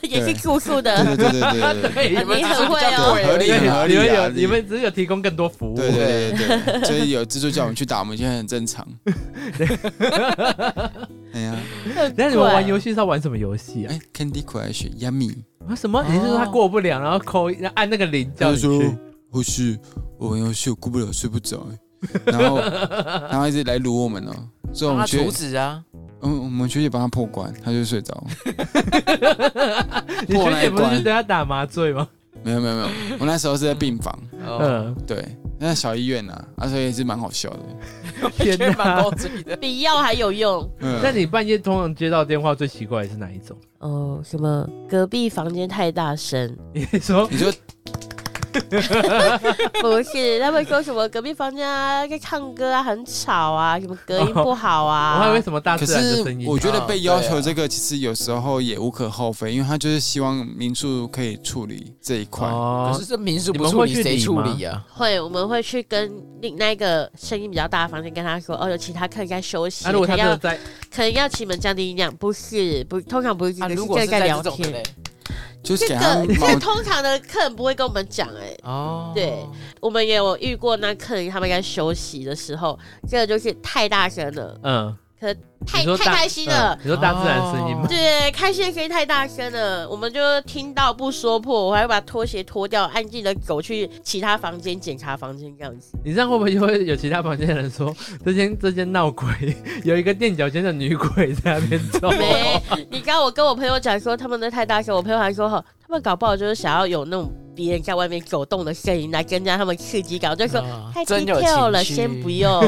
[SPEAKER 1] 也是住宿的。
[SPEAKER 3] 对对对对对对。
[SPEAKER 2] 对
[SPEAKER 1] 啊 你很会哦
[SPEAKER 3] 对，合理很合
[SPEAKER 2] 哎你
[SPEAKER 3] 理
[SPEAKER 2] 们有
[SPEAKER 3] 啊！
[SPEAKER 2] 你们只有提供更多服务。
[SPEAKER 3] 对对对对，所以有蜘蛛叫我们去打，我们现在很正 常。哎呀，
[SPEAKER 2] 那你们玩游戏是要玩什么游戏啊？
[SPEAKER 3] 哎，Candy Crush Yummy，
[SPEAKER 2] 啊什
[SPEAKER 1] 哦
[SPEAKER 2] 么？你是说他过不了，然后扣一按那个铃叫
[SPEAKER 3] 他
[SPEAKER 2] 你
[SPEAKER 3] 说
[SPEAKER 2] 去？
[SPEAKER 3] 护士，我玩游戏我顾不了，睡不着，哎然 后然后一直来撸我们哦，所以我
[SPEAKER 4] 帮他
[SPEAKER 3] 们学
[SPEAKER 4] 阻止啊，
[SPEAKER 3] 嗯，我们学姐帮他破关，他就睡着。
[SPEAKER 2] 你学
[SPEAKER 3] 破
[SPEAKER 2] 姐不是
[SPEAKER 3] 那一
[SPEAKER 2] 去
[SPEAKER 3] 关
[SPEAKER 2] 对他打麻醉吗？
[SPEAKER 3] 没有没有没有，我那时候是在病房，
[SPEAKER 4] 哦，
[SPEAKER 2] 嗯，
[SPEAKER 3] 对，那小医院呐，啊，所以也是蛮好笑的。
[SPEAKER 2] 嗯天
[SPEAKER 4] 觉得蛮
[SPEAKER 2] 哪
[SPEAKER 4] 高！级的。
[SPEAKER 1] 比药还有用。
[SPEAKER 3] 嗯，
[SPEAKER 2] 那你半夜通常接到电话最奇怪的是哪一种？
[SPEAKER 1] 哦，什么隔壁房间太大声？
[SPEAKER 2] 你说
[SPEAKER 3] 你就
[SPEAKER 1] 不是，他们说什么隔壁房间啊，在唱歌啊，很吵啊，什么隔音不好
[SPEAKER 2] 我
[SPEAKER 1] 啊。
[SPEAKER 2] 还以为什么大
[SPEAKER 3] 可
[SPEAKER 2] 自然的
[SPEAKER 3] 是
[SPEAKER 2] 声音
[SPEAKER 3] 我觉
[SPEAKER 1] 哦
[SPEAKER 3] 得
[SPEAKER 4] 啊
[SPEAKER 3] 被要
[SPEAKER 4] 对
[SPEAKER 3] 求
[SPEAKER 4] 啊
[SPEAKER 3] 这个，其实有时候也无可厚非，因为他就是希望民宿可以处理这一块。
[SPEAKER 2] 哦
[SPEAKER 4] 可是这民宿
[SPEAKER 2] 你
[SPEAKER 4] 不
[SPEAKER 2] 们
[SPEAKER 4] 处
[SPEAKER 2] 会
[SPEAKER 4] 理
[SPEAKER 2] 去
[SPEAKER 4] 谁
[SPEAKER 2] 理
[SPEAKER 4] 处
[SPEAKER 2] 吗
[SPEAKER 4] 理啊？
[SPEAKER 1] 会，我们会去跟另那个声音比较大的房间跟他说，哦，有其他客人在休息，
[SPEAKER 2] 那如果
[SPEAKER 1] 可
[SPEAKER 2] 他
[SPEAKER 1] 能
[SPEAKER 2] 真的
[SPEAKER 1] 要
[SPEAKER 2] 在，
[SPEAKER 1] 可能要起门降低音量，不是，不，通常不是这
[SPEAKER 4] 啊，
[SPEAKER 1] 个，
[SPEAKER 4] 如
[SPEAKER 1] 这
[SPEAKER 4] 果
[SPEAKER 1] 个
[SPEAKER 4] 是
[SPEAKER 1] 在
[SPEAKER 4] 在
[SPEAKER 1] 聊
[SPEAKER 4] 这种的
[SPEAKER 1] 天
[SPEAKER 4] 嘞。，
[SPEAKER 3] 就是
[SPEAKER 1] 这
[SPEAKER 3] 给他
[SPEAKER 1] 个
[SPEAKER 3] 毛
[SPEAKER 1] 这个通常的客人不会跟我们讲，哎，
[SPEAKER 4] 哦，
[SPEAKER 1] 对我们也有遇过那客人他们在休息的时候，这个就是太大声了，
[SPEAKER 2] 嗯，
[SPEAKER 1] 太
[SPEAKER 2] 你说
[SPEAKER 1] 太
[SPEAKER 2] 大
[SPEAKER 1] 开心了
[SPEAKER 2] 嗯。你说大自然声音吗？
[SPEAKER 1] 对，开心的声音太大声了，我们就听到不说破，我还把拖鞋脱掉，安静的走去其他房间检查房间这样子。
[SPEAKER 2] 你这样会不会就会有其他房间的 人说这间这间闹鬼， 有一个垫脚尖的女鬼在那边 走？
[SPEAKER 1] 没，你刚我跟我朋友讲说他们的太大声，我朋友还说哈，他们搞不好就是想要有那种别人在外面走动的声音来增加他们刺激感，我就说。
[SPEAKER 4] 啊
[SPEAKER 1] 太
[SPEAKER 4] 真有
[SPEAKER 1] detail 了，
[SPEAKER 4] 情趣
[SPEAKER 1] 先不用。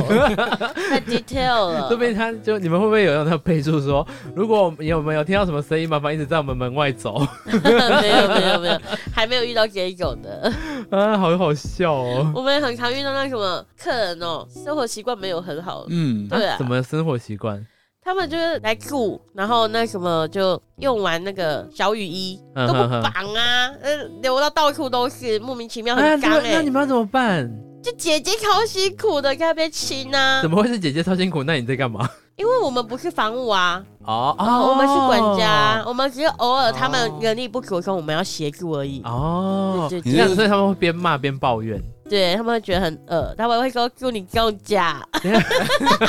[SPEAKER 1] 太 detail 了
[SPEAKER 2] 这，边他就你们会不会有让他备注说，如果我们有没有听到什么声音，麻烦一直在我们门外走
[SPEAKER 1] 没有没有没有，还没有遇到这一种的。
[SPEAKER 2] 啊，好好笑哦。
[SPEAKER 1] 我们很常遇到那什么客人哦，生活习惯没有很好，
[SPEAKER 3] 嗯，
[SPEAKER 1] 对啊
[SPEAKER 2] 什么生活习惯？
[SPEAKER 1] 他们就是来住，然后那什么就用完那个小雨衣
[SPEAKER 2] 嗯
[SPEAKER 1] 都不
[SPEAKER 2] 哼哼
[SPEAKER 1] 绑啊，呃，流到到处都是，莫名其妙
[SPEAKER 2] 哎呀，
[SPEAKER 1] 很嗯
[SPEAKER 2] 那
[SPEAKER 1] 干哎、
[SPEAKER 2] 那你们要怎么办？
[SPEAKER 1] 就姐姐超辛苦的，该被亲啊
[SPEAKER 2] 怎，么会是姐姐超辛苦？那你在干嘛？
[SPEAKER 1] 因为我们不是房务啊，
[SPEAKER 2] 哦
[SPEAKER 1] 哦，我们是管家，
[SPEAKER 2] 哦
[SPEAKER 1] 我们只是偶尔他们
[SPEAKER 4] 哦
[SPEAKER 1] 人力不足的时候，我们要协助而已。
[SPEAKER 2] 哦。
[SPEAKER 1] 对对
[SPEAKER 3] 你
[SPEAKER 2] 这样，
[SPEAKER 1] 对，
[SPEAKER 2] 所以他们会边骂边抱怨。
[SPEAKER 1] 对他们会觉得很饿，他们会说祝你中奖，不要跟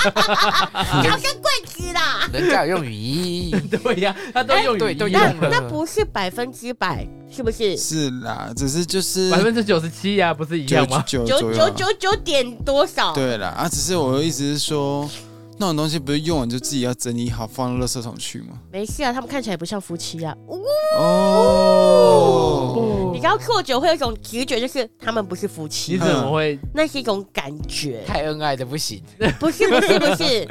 [SPEAKER 1] 柜子啦。
[SPEAKER 4] 人家有用雨衣，
[SPEAKER 2] 对呀，他
[SPEAKER 1] 哎
[SPEAKER 2] 都用语啊
[SPEAKER 4] 对都
[SPEAKER 2] 音
[SPEAKER 1] 那
[SPEAKER 4] 用
[SPEAKER 2] 了，
[SPEAKER 4] 了
[SPEAKER 1] 那不是百分之百，是不是？
[SPEAKER 3] 是啦，只是就是
[SPEAKER 2] 百分之九十七呀，不是一样吗？
[SPEAKER 3] 九
[SPEAKER 1] 九
[SPEAKER 3] 左右
[SPEAKER 1] 九
[SPEAKER 3] 啊
[SPEAKER 1] 九九点多少？
[SPEAKER 3] 对啦，啊，只是我的意思是说，那种东西不是用完就自己要整理好放到垃圾桶去吗？
[SPEAKER 1] 哦没事啊，他们看起来不像夫妻啊。
[SPEAKER 3] 哦，
[SPEAKER 1] 你刚后过久会有一种直觉，就是他们不是夫
[SPEAKER 2] 你
[SPEAKER 1] 妻
[SPEAKER 2] 怎，么会？
[SPEAKER 1] 那是一种感 觉，
[SPEAKER 4] 太恩爱的不行，
[SPEAKER 1] 不是不是不是，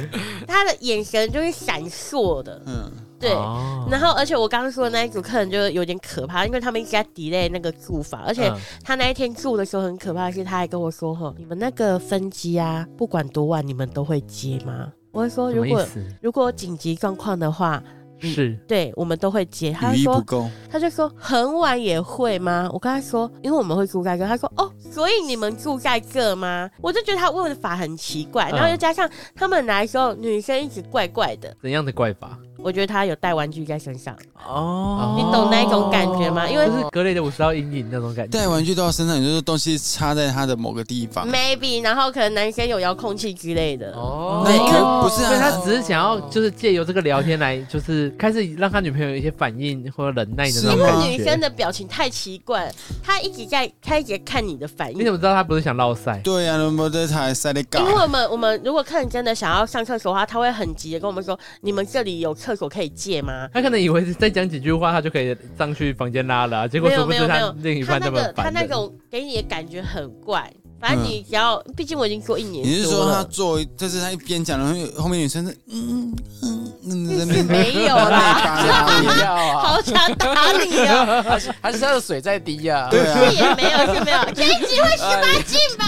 [SPEAKER 1] 他的眼神就是闪烁的，
[SPEAKER 3] 嗯，
[SPEAKER 1] 对。
[SPEAKER 2] 哦
[SPEAKER 1] 然后，而且我刚刚说的那一组客人就有点可怕，因为他们一直在 delay 那个住法，而且
[SPEAKER 2] 嗯
[SPEAKER 1] 他那一天住的时候很可怕的是，他还跟我说：“吼，你们那个分机啊，不管多晚你们都会接吗？”我会说：“
[SPEAKER 2] 什
[SPEAKER 1] 如
[SPEAKER 2] 么意
[SPEAKER 1] 果
[SPEAKER 2] 思？
[SPEAKER 1] 如果紧急状况的话，
[SPEAKER 2] 是
[SPEAKER 1] 对我们都会接。”他
[SPEAKER 3] 嗯语
[SPEAKER 1] 就
[SPEAKER 3] 义不
[SPEAKER 1] 说
[SPEAKER 3] 够，：“
[SPEAKER 1] 他就说很晚也会吗？”我跟他说：“因为我们会住在这。”他说：“哦，所以你们住在这吗？”我就觉得他问法很奇怪，
[SPEAKER 2] 嗯
[SPEAKER 1] 然后又加上他们来的时候，女生一直怪怪的，
[SPEAKER 2] 怎样的怪法？
[SPEAKER 1] 我觉得他有带玩具在身上。
[SPEAKER 2] 哦
[SPEAKER 1] 你懂那一种感觉吗因为
[SPEAKER 2] 就是格雷的五十道阴影那种感觉。
[SPEAKER 3] 带玩具到身上，也就是东西插在他的某个地方。
[SPEAKER 1] maybe，然后可能男生有遥控器之类的。
[SPEAKER 4] 哦
[SPEAKER 1] 对因为
[SPEAKER 3] 可不是啊
[SPEAKER 2] 所以他只是想要，就是借由这个聊天来，就是开始让他女朋友有一些反应或者忍耐的那
[SPEAKER 3] 是
[SPEAKER 2] 种
[SPEAKER 1] 因
[SPEAKER 3] 吗
[SPEAKER 1] 为
[SPEAKER 2] 感
[SPEAKER 1] 女生
[SPEAKER 2] 觉。
[SPEAKER 1] 的表情太奇怪了，她一直在，她一直看你的反
[SPEAKER 2] 你
[SPEAKER 1] 应
[SPEAKER 2] 怎。么知道他不是想落塞？
[SPEAKER 3] 对呀、啊，那么这才塞得
[SPEAKER 1] 因为
[SPEAKER 3] 搞。
[SPEAKER 1] 我们我们如果客人真的想要上厕所的话，他会很急的跟我们说：“你们这里有厕所可以借吗
[SPEAKER 2] 他可能以为是再讲几句话，他就可以上去房间拉了啊、？”结果
[SPEAKER 1] 没
[SPEAKER 2] 殊
[SPEAKER 1] 有
[SPEAKER 2] 不
[SPEAKER 1] 没
[SPEAKER 2] 知
[SPEAKER 1] 有没
[SPEAKER 2] 他
[SPEAKER 1] 有
[SPEAKER 2] 另一，
[SPEAKER 1] 他
[SPEAKER 2] 半
[SPEAKER 1] 那
[SPEAKER 2] 那么
[SPEAKER 1] 个他
[SPEAKER 2] 烦
[SPEAKER 1] 那
[SPEAKER 2] 人。
[SPEAKER 1] 种给你的感觉很怪。反正
[SPEAKER 3] 嗯
[SPEAKER 1] 你只要，毕竟我已经做一年
[SPEAKER 3] 你是
[SPEAKER 1] 多
[SPEAKER 3] 说他
[SPEAKER 1] 了，
[SPEAKER 3] 做一，就是他一边讲，然后后面女生在嗯嗯嗯在那
[SPEAKER 1] 是
[SPEAKER 3] 边
[SPEAKER 1] 没有
[SPEAKER 3] 在那
[SPEAKER 1] 啦，
[SPEAKER 3] 边扒拉
[SPEAKER 4] 不要啊，
[SPEAKER 1] 好想打你啊！
[SPEAKER 4] 还是他的水在滴啊？
[SPEAKER 3] 对
[SPEAKER 1] 是
[SPEAKER 3] 啊，
[SPEAKER 1] 也没有是没有，这一集会十八禁吧？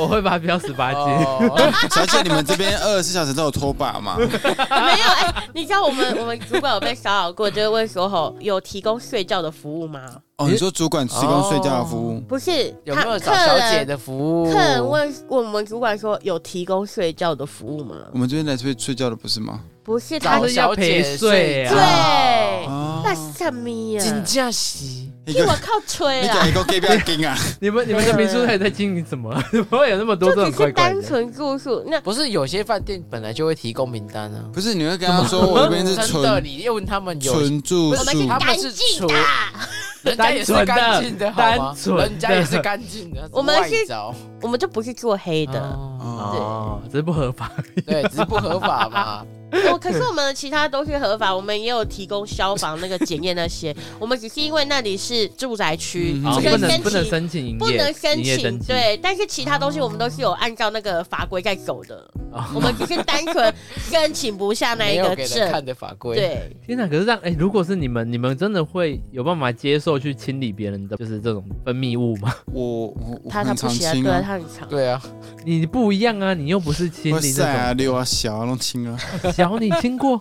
[SPEAKER 2] 我会把他标十八禁。
[SPEAKER 4] 哦
[SPEAKER 3] 小姐，你们这边二十四小时都有拖把 吗？
[SPEAKER 1] 没有哎、你知道我们我们主管有被骚扰过，就是问说吼有提供睡觉的服务吗？
[SPEAKER 3] 哦，你说主管提供睡觉的服务，
[SPEAKER 1] 不是，
[SPEAKER 4] 有
[SPEAKER 1] 他
[SPEAKER 4] 没有找
[SPEAKER 1] 客
[SPEAKER 4] 小姐
[SPEAKER 1] 人
[SPEAKER 4] 的服务？
[SPEAKER 1] 客人问问我们主管说有提供睡觉的服务吗？
[SPEAKER 3] 我们这边来睡睡觉的不是吗？
[SPEAKER 1] 不是他
[SPEAKER 4] 找
[SPEAKER 2] 是
[SPEAKER 4] 小姐睡觉
[SPEAKER 1] 对，
[SPEAKER 2] 啊
[SPEAKER 3] 哦
[SPEAKER 1] 那什么呀？
[SPEAKER 4] 金价席
[SPEAKER 1] 啊
[SPEAKER 3] 一
[SPEAKER 1] 替我
[SPEAKER 3] 个
[SPEAKER 1] 靠吹
[SPEAKER 3] 你
[SPEAKER 1] 啦
[SPEAKER 3] 改！一个 gay 不要盯啊！
[SPEAKER 2] 你们你们的民宿到底在经营什么？ 怎么会有那么多
[SPEAKER 1] 就
[SPEAKER 2] 这种
[SPEAKER 1] 只
[SPEAKER 2] 怪
[SPEAKER 1] 是
[SPEAKER 2] 怪
[SPEAKER 1] 单
[SPEAKER 2] 的？
[SPEAKER 1] 纯住宿，那
[SPEAKER 4] 不是有些饭店本来就会提供名单啊。
[SPEAKER 3] 不是，你会跟他说我这边是
[SPEAKER 4] 真的，
[SPEAKER 3] 纯
[SPEAKER 4] 你要问他们有，
[SPEAKER 3] 纯住
[SPEAKER 1] 我们是
[SPEAKER 3] 宿，
[SPEAKER 4] 他
[SPEAKER 1] 干
[SPEAKER 4] 们
[SPEAKER 1] 净
[SPEAKER 4] 是
[SPEAKER 1] 的，
[SPEAKER 4] 人家也是干净的，好吗
[SPEAKER 2] 单？纯的
[SPEAKER 4] 人家也是干净的，
[SPEAKER 1] 我们是
[SPEAKER 4] 外招
[SPEAKER 1] 我们就不是做黑的。
[SPEAKER 4] 哦
[SPEAKER 3] 哦
[SPEAKER 2] 哦，这不合法。
[SPEAKER 4] 对，只是不合法嘛。
[SPEAKER 1] 我哦可是我们其他都是合法，我们也有提供消防那个检验那些，我们只是因为那里是住宅
[SPEAKER 4] 嗯
[SPEAKER 1] 区，
[SPEAKER 2] 好，
[SPEAKER 1] 所
[SPEAKER 4] 哦
[SPEAKER 1] 以
[SPEAKER 2] 不能
[SPEAKER 1] 申
[SPEAKER 2] 不能
[SPEAKER 1] 请
[SPEAKER 2] 申请营业，
[SPEAKER 1] 不能申
[SPEAKER 2] 营业
[SPEAKER 1] 请
[SPEAKER 2] 登，记。
[SPEAKER 1] 对，但是其他东西我们都是有按照那个法规在走的，
[SPEAKER 3] 哦
[SPEAKER 1] 我们只是单纯申请不下 那
[SPEAKER 4] 没
[SPEAKER 1] 一
[SPEAKER 4] 有
[SPEAKER 1] 个
[SPEAKER 4] 给人
[SPEAKER 1] 证，
[SPEAKER 4] 看的法规。，
[SPEAKER 1] 对，
[SPEAKER 2] 天哪！可是让哎、如果是你们，你们真的会有办法接受去清理别人的，就是这种分泌物吗？
[SPEAKER 3] 我我我
[SPEAKER 1] 他他
[SPEAKER 3] 很
[SPEAKER 1] 不
[SPEAKER 3] 常
[SPEAKER 1] 行啊，
[SPEAKER 3] 清
[SPEAKER 1] 对啊，
[SPEAKER 3] 啊，
[SPEAKER 1] 他很长，
[SPEAKER 4] 对啊，
[SPEAKER 2] 你不一样啊，你又不是清
[SPEAKER 3] 哇
[SPEAKER 2] 理
[SPEAKER 3] 塞
[SPEAKER 2] 那
[SPEAKER 3] 啊，六啊小啊，弄清啊，
[SPEAKER 2] 种。小你清过，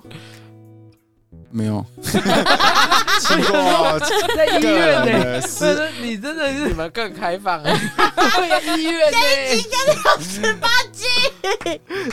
[SPEAKER 3] 没 有，清过啊
[SPEAKER 2] 在医
[SPEAKER 3] 个
[SPEAKER 2] 院呢、
[SPEAKER 3] 人 的
[SPEAKER 2] 不
[SPEAKER 3] 私
[SPEAKER 2] 是你真的
[SPEAKER 4] 你
[SPEAKER 2] 是
[SPEAKER 4] 们更开 放啊，对，医院呢？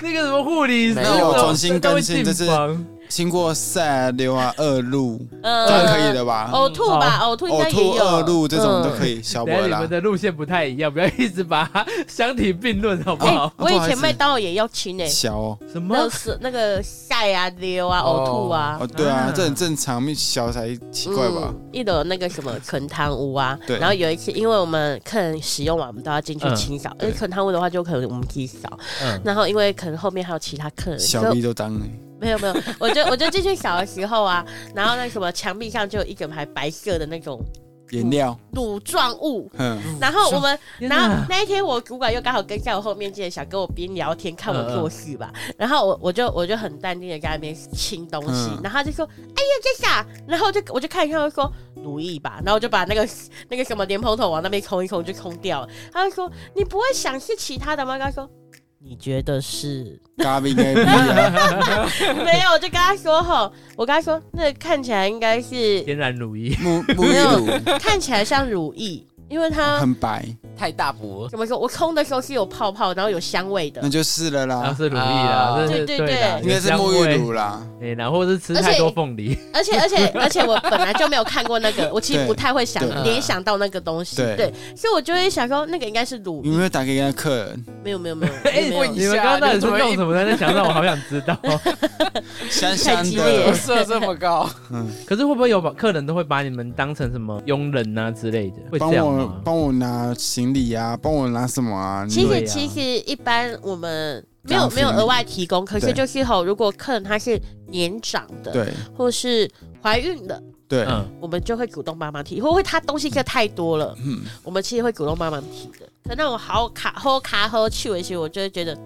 [SPEAKER 2] 那个什么护理师，
[SPEAKER 4] 没有
[SPEAKER 2] 那种
[SPEAKER 4] 我
[SPEAKER 3] 重新更新
[SPEAKER 2] 都会
[SPEAKER 3] 这是
[SPEAKER 2] 进房
[SPEAKER 3] 清过塞六啊二路，这样
[SPEAKER 1] 呃
[SPEAKER 3] 可以的吧？
[SPEAKER 1] 呕吐吧，呕吐应该
[SPEAKER 3] 呕
[SPEAKER 1] 也
[SPEAKER 3] 吐
[SPEAKER 1] 有，嗯
[SPEAKER 3] 二路这种都可
[SPEAKER 1] 以。
[SPEAKER 3] 以，小博
[SPEAKER 2] 等一下你
[SPEAKER 3] 啦
[SPEAKER 2] 们。的路线不太一样，不要一直把它相提并论，好不
[SPEAKER 1] 哎
[SPEAKER 2] 好？，
[SPEAKER 1] 我以
[SPEAKER 3] 哦不好意
[SPEAKER 1] 前
[SPEAKER 3] 思
[SPEAKER 1] 麦当劳也要清诶，
[SPEAKER 3] 小哦，
[SPEAKER 2] 什
[SPEAKER 1] 那
[SPEAKER 2] 么？
[SPEAKER 1] 是那个晒啊、溜啊、呕吐啊
[SPEAKER 3] 哦，对啊
[SPEAKER 2] 啊，
[SPEAKER 3] 这很正常，小才奇怪吧？
[SPEAKER 1] 嗯？一楼那个什么纯汤屋啊，
[SPEAKER 3] 对
[SPEAKER 1] 然后有一次，因为我们客人使用完，我们都要进去
[SPEAKER 2] 嗯
[SPEAKER 1] 清扫。因
[SPEAKER 3] 对
[SPEAKER 1] 为纯汤屋的话，就可能我们自己扫。
[SPEAKER 2] 嗯，
[SPEAKER 1] 然后因为可能后面还有其他客人，
[SPEAKER 3] 小
[SPEAKER 1] 就
[SPEAKER 3] B 都当了，
[SPEAKER 1] 没有没有，我就我就进去扫的时候啊，然后那什么墙壁上就有一整排白色的那种
[SPEAKER 3] 颜料，
[SPEAKER 1] 乳状物。
[SPEAKER 3] 嗯，
[SPEAKER 1] 然后我们，
[SPEAKER 2] 天
[SPEAKER 1] 然后
[SPEAKER 2] 哪
[SPEAKER 1] 那一天我主管又刚好跟在我后面，记得想跟我边聊天看我做事吧。然后我我就我就很淡定的在那边清东西，
[SPEAKER 3] 嗯
[SPEAKER 1] 然后他就说：“哎呀，这啥？”然后我就我就看一看，我就说：“如意吧。”然后我就把那个那个什么莲蓬头往那边冲一冲就冲掉了。他就说：“你不会想是其他的吗？”他说：“你觉得是？”
[SPEAKER 3] 嘎比该 B 啊，
[SPEAKER 1] 没有，我就跟他说吼，我跟他说，那看起来应该 是
[SPEAKER 2] 天然如意，
[SPEAKER 3] 沐沐浴乳
[SPEAKER 1] 看起来像乳液，因为它
[SPEAKER 3] 很白，
[SPEAKER 4] 太大补了，
[SPEAKER 1] 怎么说？我冲的时候是有泡泡，然后有香味的
[SPEAKER 3] 那，就是了
[SPEAKER 2] 然后
[SPEAKER 3] 啦，
[SPEAKER 2] 是如意啦，
[SPEAKER 4] 啊
[SPEAKER 2] 这是
[SPEAKER 1] 对对
[SPEAKER 2] 对啦，
[SPEAKER 1] 对
[SPEAKER 3] 应该是
[SPEAKER 2] 有香
[SPEAKER 3] 沐
[SPEAKER 2] 味
[SPEAKER 3] 浴乳啦，
[SPEAKER 2] 哎、然后是吃太多凤 梨，
[SPEAKER 1] 而且而 且而且我本来就没有看过那个，我其实
[SPEAKER 3] 对
[SPEAKER 1] 不太会想
[SPEAKER 3] 对
[SPEAKER 1] 联想到那个东西，
[SPEAKER 3] 对嗯
[SPEAKER 1] 对，所以我就会想说那个应该是乳
[SPEAKER 3] 有
[SPEAKER 1] 液，
[SPEAKER 3] 没有打给人家客人？
[SPEAKER 1] 没有没有没有，
[SPEAKER 2] 哎、
[SPEAKER 1] 没有
[SPEAKER 2] 你们刚刚到底是弄什么呢？在想让我好想知 道。
[SPEAKER 3] 香
[SPEAKER 1] 太
[SPEAKER 3] 香
[SPEAKER 1] 激
[SPEAKER 4] 不
[SPEAKER 1] 烈
[SPEAKER 3] 的，
[SPEAKER 4] 设这么 高，
[SPEAKER 2] 可是会不会有把客人都会把你们当成什么佣人啊之类的？会
[SPEAKER 3] 帮
[SPEAKER 2] 这样
[SPEAKER 3] 我
[SPEAKER 2] 吗？
[SPEAKER 3] 帮我拿行李啊，帮我拿什么啊？
[SPEAKER 1] 啊其
[SPEAKER 2] 对
[SPEAKER 1] 实
[SPEAKER 2] 啊
[SPEAKER 1] 其实一般我们。没有
[SPEAKER 3] 这
[SPEAKER 1] 没
[SPEAKER 3] 样
[SPEAKER 1] 有
[SPEAKER 3] 子
[SPEAKER 1] 额外提供，可是
[SPEAKER 3] 对
[SPEAKER 1] 就是吼，如果客人他是年长的，
[SPEAKER 3] 对
[SPEAKER 1] 或是怀孕的，
[SPEAKER 3] 对，
[SPEAKER 2] 嗯，
[SPEAKER 1] 我们就会鼓动妈妈提，或会他东西真的太多了，
[SPEAKER 3] 嗯，
[SPEAKER 1] 我们其实会鼓动妈妈提的。可那种好卡喝卡喝趣味些，我就会觉得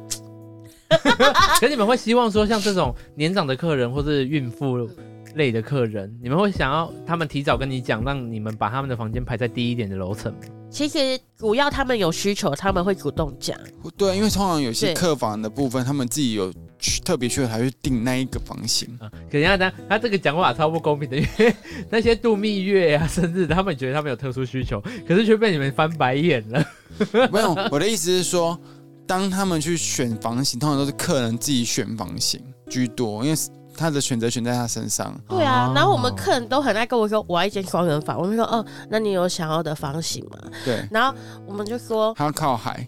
[SPEAKER 2] 可你们会希望说，像这种年长的客人或是孕妇类的客人，你们会想要他们提早跟你讲，让你们把他们的房间排在低一点的楼层吗？
[SPEAKER 1] 其实主要他们有需求，他们会主动讲。
[SPEAKER 3] 对，啊因为通常有些
[SPEAKER 1] 对
[SPEAKER 3] 客房的部分，他们自己有去特别去还会定那一个房 型，
[SPEAKER 2] 啊，可人家他他这个讲法超不公平的，因为 那些度蜜月啊、生日，他们觉得他们有特殊需求，可是却被你们翻白眼了。
[SPEAKER 3] 没有，我的意思是说，当他们去选房型，通常都是客人自己选房型居多，因为他的选择权在他身上。
[SPEAKER 1] 对啊
[SPEAKER 2] 哦，
[SPEAKER 1] 然后我们客人都很爱跟我说，我要一间双人房。我们说，哦，那你有想要的房型吗？
[SPEAKER 3] 对，
[SPEAKER 1] 然后 我们就说，
[SPEAKER 3] 他要靠 海，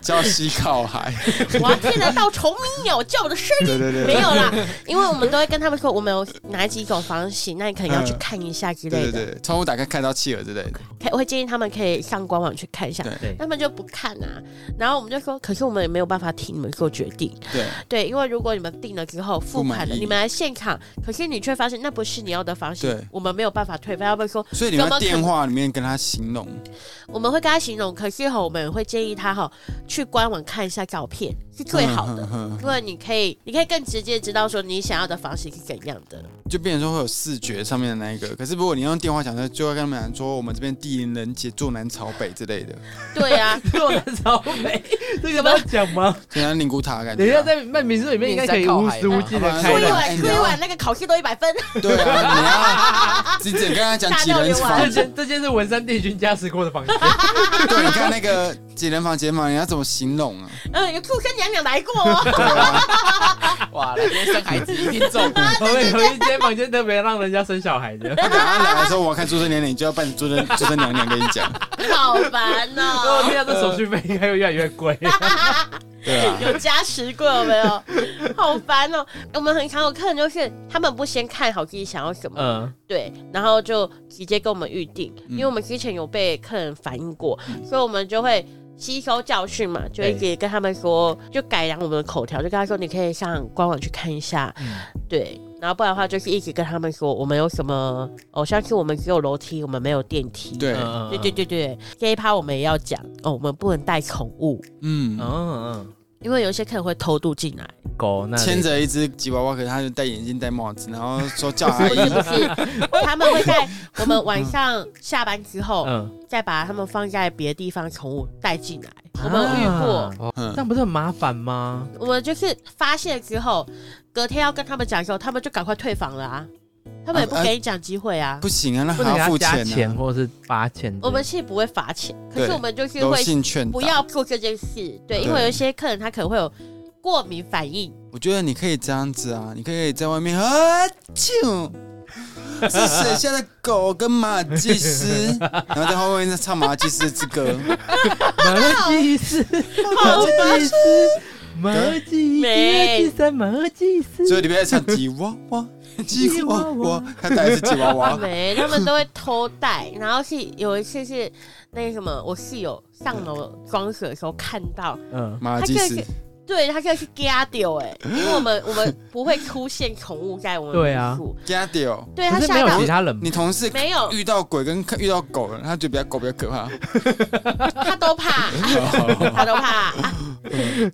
[SPEAKER 3] 叫西靠 海。
[SPEAKER 1] 我要听得到虫鸣鸟叫的 声音。
[SPEAKER 3] 对对对，
[SPEAKER 1] 没有啦，因为我们都会跟他们说，我们有哪几种房型，那你可能要去看一下之类
[SPEAKER 3] 嗯对对
[SPEAKER 1] 的。
[SPEAKER 3] 对，窗户打开看到企鹅之类的。
[SPEAKER 1] 可以我会建议他们可以上官网去看一下
[SPEAKER 3] 对。
[SPEAKER 2] 对
[SPEAKER 1] 他们就不看啊，然后我们就说，可是我们也没有办法替你们做决定，
[SPEAKER 3] 对，
[SPEAKER 1] 对，因为如果你们定了之后付款
[SPEAKER 3] 不
[SPEAKER 1] 了，
[SPEAKER 3] 满意
[SPEAKER 1] 你们来现场，可是你却发现那不是你要的房型
[SPEAKER 3] 对，
[SPEAKER 1] 我们没有办法退费，要不然说
[SPEAKER 3] 所以你们
[SPEAKER 1] 怎么
[SPEAKER 3] 在
[SPEAKER 1] 可
[SPEAKER 3] 电话里面跟他形容，
[SPEAKER 1] 我们会跟他形容，可是哈，我们也会建议他哈去官网看一下照片是
[SPEAKER 3] 嗯
[SPEAKER 1] 最好的，
[SPEAKER 3] 哼哼
[SPEAKER 1] 因为你可以，你可以更直接知道说你想要的房型是怎样的。
[SPEAKER 3] 就变成说会有视觉上面的那一个。可是如果你用电话讲，就会跟他们讲说我们这边地灵人杰，坐南朝北之类的，
[SPEAKER 1] 对 啊，
[SPEAKER 2] 做的超美，这个要讲吗？
[SPEAKER 3] 就像灵骨塔的感
[SPEAKER 2] 等一
[SPEAKER 3] 觉
[SPEAKER 2] 下
[SPEAKER 3] 啊。
[SPEAKER 2] 在在民宿里面应该可以无时无尽的开
[SPEAKER 1] 出一
[SPEAKER 3] 对哎
[SPEAKER 2] 的，
[SPEAKER 1] 晚
[SPEAKER 3] 你
[SPEAKER 1] 出一
[SPEAKER 3] 要
[SPEAKER 1] 晚那个考试都一百分，
[SPEAKER 3] 对啊，你要只只跟他讲几人
[SPEAKER 1] 大闹
[SPEAKER 2] 这
[SPEAKER 3] 房
[SPEAKER 1] 圆，
[SPEAKER 2] 间这间是文山帝君加持过的 房间，
[SPEAKER 3] 对，你看那个几人房、几人房，你要怎么形容啊？
[SPEAKER 1] 嗯，有畜生娘娘来过、哦，
[SPEAKER 3] 对啊，
[SPEAKER 4] 哇，来天生孩子一定中。
[SPEAKER 2] 我们有一间房间特别让人家生小孩的。
[SPEAKER 3] 他等他来的时候，我要看朱生娘娘，你就要扮朱生朱生娘娘跟你讲，
[SPEAKER 1] 好烦
[SPEAKER 2] 我
[SPEAKER 1] 哦、
[SPEAKER 2] 天啊，这手续费应该会越来越贵。
[SPEAKER 3] 对啊，
[SPEAKER 1] 有加持过有 没有？好烦哦、我们很常有客人就是他们不先看好自己想要什么，
[SPEAKER 2] 嗯，
[SPEAKER 1] 对，然后就直接跟我们预定，因为我们之前有被客人反映过，所以我们就会吸收教训嘛，就一直跟他们说，就改良我们的口条，就跟他说你可以上官网去看一下，对，然后不然的话就是一直跟他们说我们有什么，哦，上次我们只有楼梯，我们没有电梯，
[SPEAKER 3] 对，
[SPEAKER 2] 嗯
[SPEAKER 1] 对对，对对，这一趴我们也要讲哦，我们不能带宠物，
[SPEAKER 3] 嗯
[SPEAKER 2] 嗯，嗯
[SPEAKER 1] 因为有一些客人会偷渡进来，
[SPEAKER 2] 嗯，狗那里
[SPEAKER 3] 牵着一只吉娃娃，可是他就戴眼镜、戴帽子，然后说叫阿
[SPEAKER 1] 不是
[SPEAKER 3] 姨
[SPEAKER 1] 不，是，他们会在我们晚上下班之后。
[SPEAKER 2] 嗯，
[SPEAKER 1] 再把它们放在别的地方宠物带进来。我们有遇过，哦
[SPEAKER 2] 啊，
[SPEAKER 3] 嗯
[SPEAKER 2] 这，样不是很麻烦吗？
[SPEAKER 1] 我们就是发现之后，隔天要跟他们讲的时候，他们就赶快退房了啊，他们也不
[SPEAKER 3] 啊啊
[SPEAKER 1] 给你讲机会啊。
[SPEAKER 3] 不行啊，那
[SPEAKER 2] 不能
[SPEAKER 3] 还
[SPEAKER 2] 给
[SPEAKER 3] 要
[SPEAKER 2] 他
[SPEAKER 3] 付
[SPEAKER 2] 加
[SPEAKER 3] 钱
[SPEAKER 2] 钱
[SPEAKER 3] 啊，
[SPEAKER 2] 或者是罚钱。
[SPEAKER 1] 我们是不会罚钱，可是
[SPEAKER 3] 对
[SPEAKER 1] 我们就是
[SPEAKER 3] 柔
[SPEAKER 1] 会
[SPEAKER 3] 性劝导
[SPEAKER 1] 不。要做这件事，对，因为
[SPEAKER 3] 对
[SPEAKER 1] 有一些客人他可能会有过敏反应，
[SPEAKER 3] 我觉得你可以这样子啊，你可以在外面啊 啾，是谁家的狗跟马尔济斯， 然后在后面唱马尔济斯之歌，
[SPEAKER 2] 马吉斯，马
[SPEAKER 1] 好嗯
[SPEAKER 2] 吉斯，马吉
[SPEAKER 1] 美
[SPEAKER 2] 斯，三马吉斯，
[SPEAKER 3] 所以里面在唱吉娃娃，吉娃娃，他带的是吉娃娃，
[SPEAKER 1] 对，他们都会偷带。然后是有一次是那个什么，我室友上楼装水的时候看到，
[SPEAKER 2] 嗯，
[SPEAKER 3] 马尔济斯，
[SPEAKER 1] 对他就是嘎丢哎，因为我们我们不会出现宠物在我们
[SPEAKER 2] 对
[SPEAKER 1] 民
[SPEAKER 2] 啊
[SPEAKER 1] 宿
[SPEAKER 3] 加掉。
[SPEAKER 1] 对他
[SPEAKER 2] 可是没
[SPEAKER 1] 吓到
[SPEAKER 2] 有其他人吧
[SPEAKER 3] 你同事
[SPEAKER 1] 没有，
[SPEAKER 3] 遇到鬼跟遇到狗了，他觉得比较狗比较可怕。
[SPEAKER 1] 他都怕，他都怕。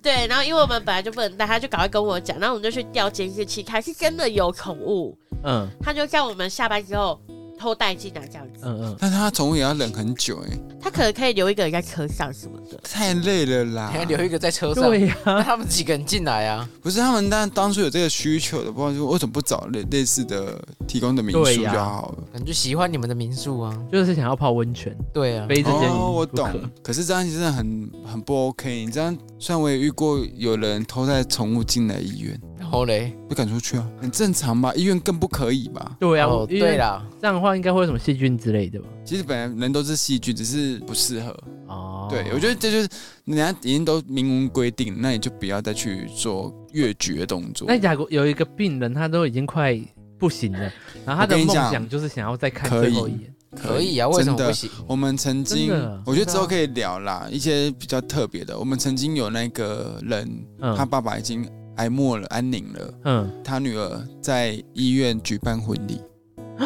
[SPEAKER 1] 对，然后因为我们本来就不能带，他就赶快跟我讲，然后我们就去调监视器看，是真的有宠物，
[SPEAKER 2] 嗯
[SPEAKER 1] 他就叫我们下班之后偷带进来这样子。
[SPEAKER 2] 嗯嗯，
[SPEAKER 3] 但是他宠物也要忍很久哎、
[SPEAKER 1] 他可能可以留一个人在车上什么的，
[SPEAKER 3] 太累了啦
[SPEAKER 4] 你。还留一个在车上，
[SPEAKER 2] 对呀，啊
[SPEAKER 4] 那他们几个人进来啊？
[SPEAKER 3] 不是他们当当初有这个需求的，不知道为什么不找类类似的提供的民
[SPEAKER 2] 对
[SPEAKER 3] 宿就
[SPEAKER 2] 呀
[SPEAKER 3] 好了。
[SPEAKER 4] 可能就喜欢你们的民宿啊。
[SPEAKER 2] 就是想要泡温泉，
[SPEAKER 4] 对啊，
[SPEAKER 2] 非这件
[SPEAKER 3] 哦，我
[SPEAKER 2] 不可
[SPEAKER 3] 懂。可是这样其实真的很很不 OK。你这样，虽然我也遇过有人偷带宠物进来医院，
[SPEAKER 4] 然后嘞，
[SPEAKER 3] 被赶出去啊，很正常吧？医院更不可以吧？
[SPEAKER 2] 对呀，
[SPEAKER 4] 哦，
[SPEAKER 2] 因为
[SPEAKER 4] 对啦，
[SPEAKER 2] 这样的话应该会有什么细菌之类的吧？
[SPEAKER 3] 其实本来人都是细菌，只是不适合。
[SPEAKER 2] 哦，
[SPEAKER 3] 对，我觉得这就是人家已经都明文规定，那你就不要再去做越矩的动作
[SPEAKER 2] 那。假如有一个病人，他都已经快不行了，然
[SPEAKER 3] 我
[SPEAKER 2] 后他的
[SPEAKER 3] 跟你
[SPEAKER 2] 梦
[SPEAKER 3] 讲
[SPEAKER 2] 想就是想要再看
[SPEAKER 3] 可
[SPEAKER 2] 最
[SPEAKER 3] 以
[SPEAKER 2] 后一眼，
[SPEAKER 4] 可以啊，为什么
[SPEAKER 3] 真的
[SPEAKER 4] 不行？
[SPEAKER 3] 我们曾经
[SPEAKER 2] 真的，
[SPEAKER 3] 我觉得之后可以聊啦，一些比较特别的。我们曾经有那个人，
[SPEAKER 2] 嗯
[SPEAKER 3] 他爸爸已经。哀莫了，安宁了。
[SPEAKER 2] 嗯，
[SPEAKER 3] 他女儿在医院举办婚礼，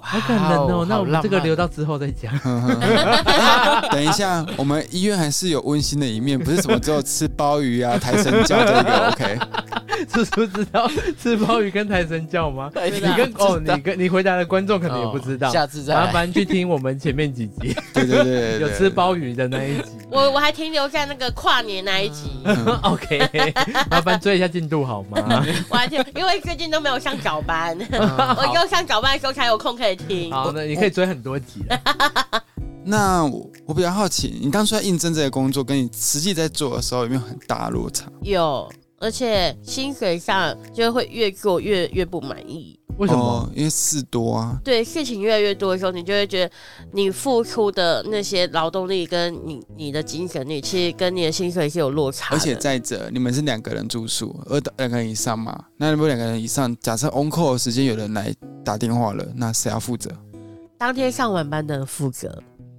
[SPEAKER 2] 好感人
[SPEAKER 4] 哇
[SPEAKER 2] 哦。那我
[SPEAKER 4] 好浪
[SPEAKER 2] 们
[SPEAKER 4] 漫
[SPEAKER 2] 这个留到之后再讲。
[SPEAKER 3] 呵呵等一下，我们医院还是有温馨的一面，不是什么只有吃鲍鱼啊、抬神教这 个 OK。
[SPEAKER 2] 叔叔知道吃鲍鱼跟泰神叫吗？
[SPEAKER 4] 哎
[SPEAKER 1] 对
[SPEAKER 2] 你
[SPEAKER 1] 的
[SPEAKER 2] 跟哦，
[SPEAKER 4] 知道
[SPEAKER 2] 你跟 你回答的观众可能也不知道
[SPEAKER 4] 哦，下次再
[SPEAKER 2] 麻
[SPEAKER 4] 来。
[SPEAKER 2] 烦去听我们前面几集
[SPEAKER 3] 对对对对对
[SPEAKER 2] 有吃鲍鱼的那一集。
[SPEAKER 1] 我我还停留在那个跨年那一集，
[SPEAKER 3] 嗯
[SPEAKER 2] OK，麻 烦追一下进度好吗？
[SPEAKER 1] 我还停，因为最近都没有上早班，
[SPEAKER 4] 嗯
[SPEAKER 1] 我又上早班的时候才有空可以听。
[SPEAKER 2] 好，那你可以追很多集啊 了。
[SPEAKER 3] 那我我比较好奇，你当初在应征这个工作，跟你实际在做的时候有没有很大的落差？
[SPEAKER 1] 有，而且薪水上就会越做越越不满意。
[SPEAKER 2] 为什么？
[SPEAKER 3] 哦因为事多啊。
[SPEAKER 1] 对，事情越来越多的时候，你就会觉得你付出的那些劳动力跟你你的精神力，其实跟你的薪水是有落差
[SPEAKER 3] 而
[SPEAKER 1] 的。
[SPEAKER 3] 且再者，你们是两个人住宿，二到两个人以上嘛？那如果两个人以上，假设 on call 的时间有人来打电话了，那谁要负责？
[SPEAKER 1] 当天上晚班的人负责，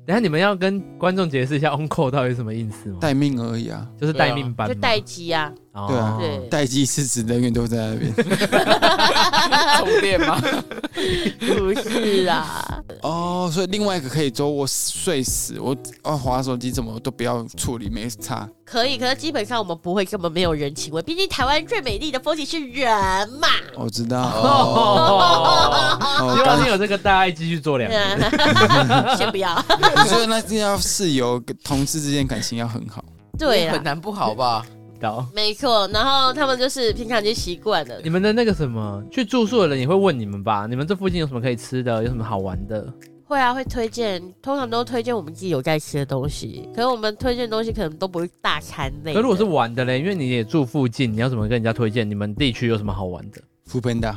[SPEAKER 2] 等一下你们要跟观众解释一下 on call 到底是什么意思吗？
[SPEAKER 3] 待命而已啊，
[SPEAKER 2] 就是待命班
[SPEAKER 1] 就
[SPEAKER 2] 吗，
[SPEAKER 1] 待机啊。
[SPEAKER 2] 哦
[SPEAKER 3] 对啊
[SPEAKER 1] 对
[SPEAKER 3] 待机是指人员都在那边。
[SPEAKER 4] 充电吗？
[SPEAKER 1] 不是啊，
[SPEAKER 3] 哦，所以另外一个可以说我睡死，我哦滑手机怎么都不要处理，没差。
[SPEAKER 1] 可以，可是基本上我们不会这么没有人情味，毕竟台湾最美丽的风景是人啊嘛。
[SPEAKER 3] 我知道。哦，
[SPEAKER 2] 哦，
[SPEAKER 3] 哦
[SPEAKER 2] 希望
[SPEAKER 3] 刚
[SPEAKER 2] 你有这个大爱继续做两年。啊
[SPEAKER 1] 先不要。
[SPEAKER 3] 你说那是要室友跟同事之间感情要很好。
[SPEAKER 1] 对啊
[SPEAKER 4] 也很
[SPEAKER 1] 啦，
[SPEAKER 4] 难不好吧？
[SPEAKER 2] 到
[SPEAKER 1] 没错。然后他们就是平常就习惯 了。
[SPEAKER 2] 你们的那个什么，去住宿的人也会问你们吧？你们这附近有什么可以吃的？有什么好玩的？
[SPEAKER 1] 会啊，会推荐，通常都推荐我们自己有在吃的东西。可是我们推荐的东西可能都不是大餐类的。
[SPEAKER 2] 可如果是玩的嘞，因为你也住附近，你要怎么跟人家推荐你们地区有什么好玩的？
[SPEAKER 3] 副班的，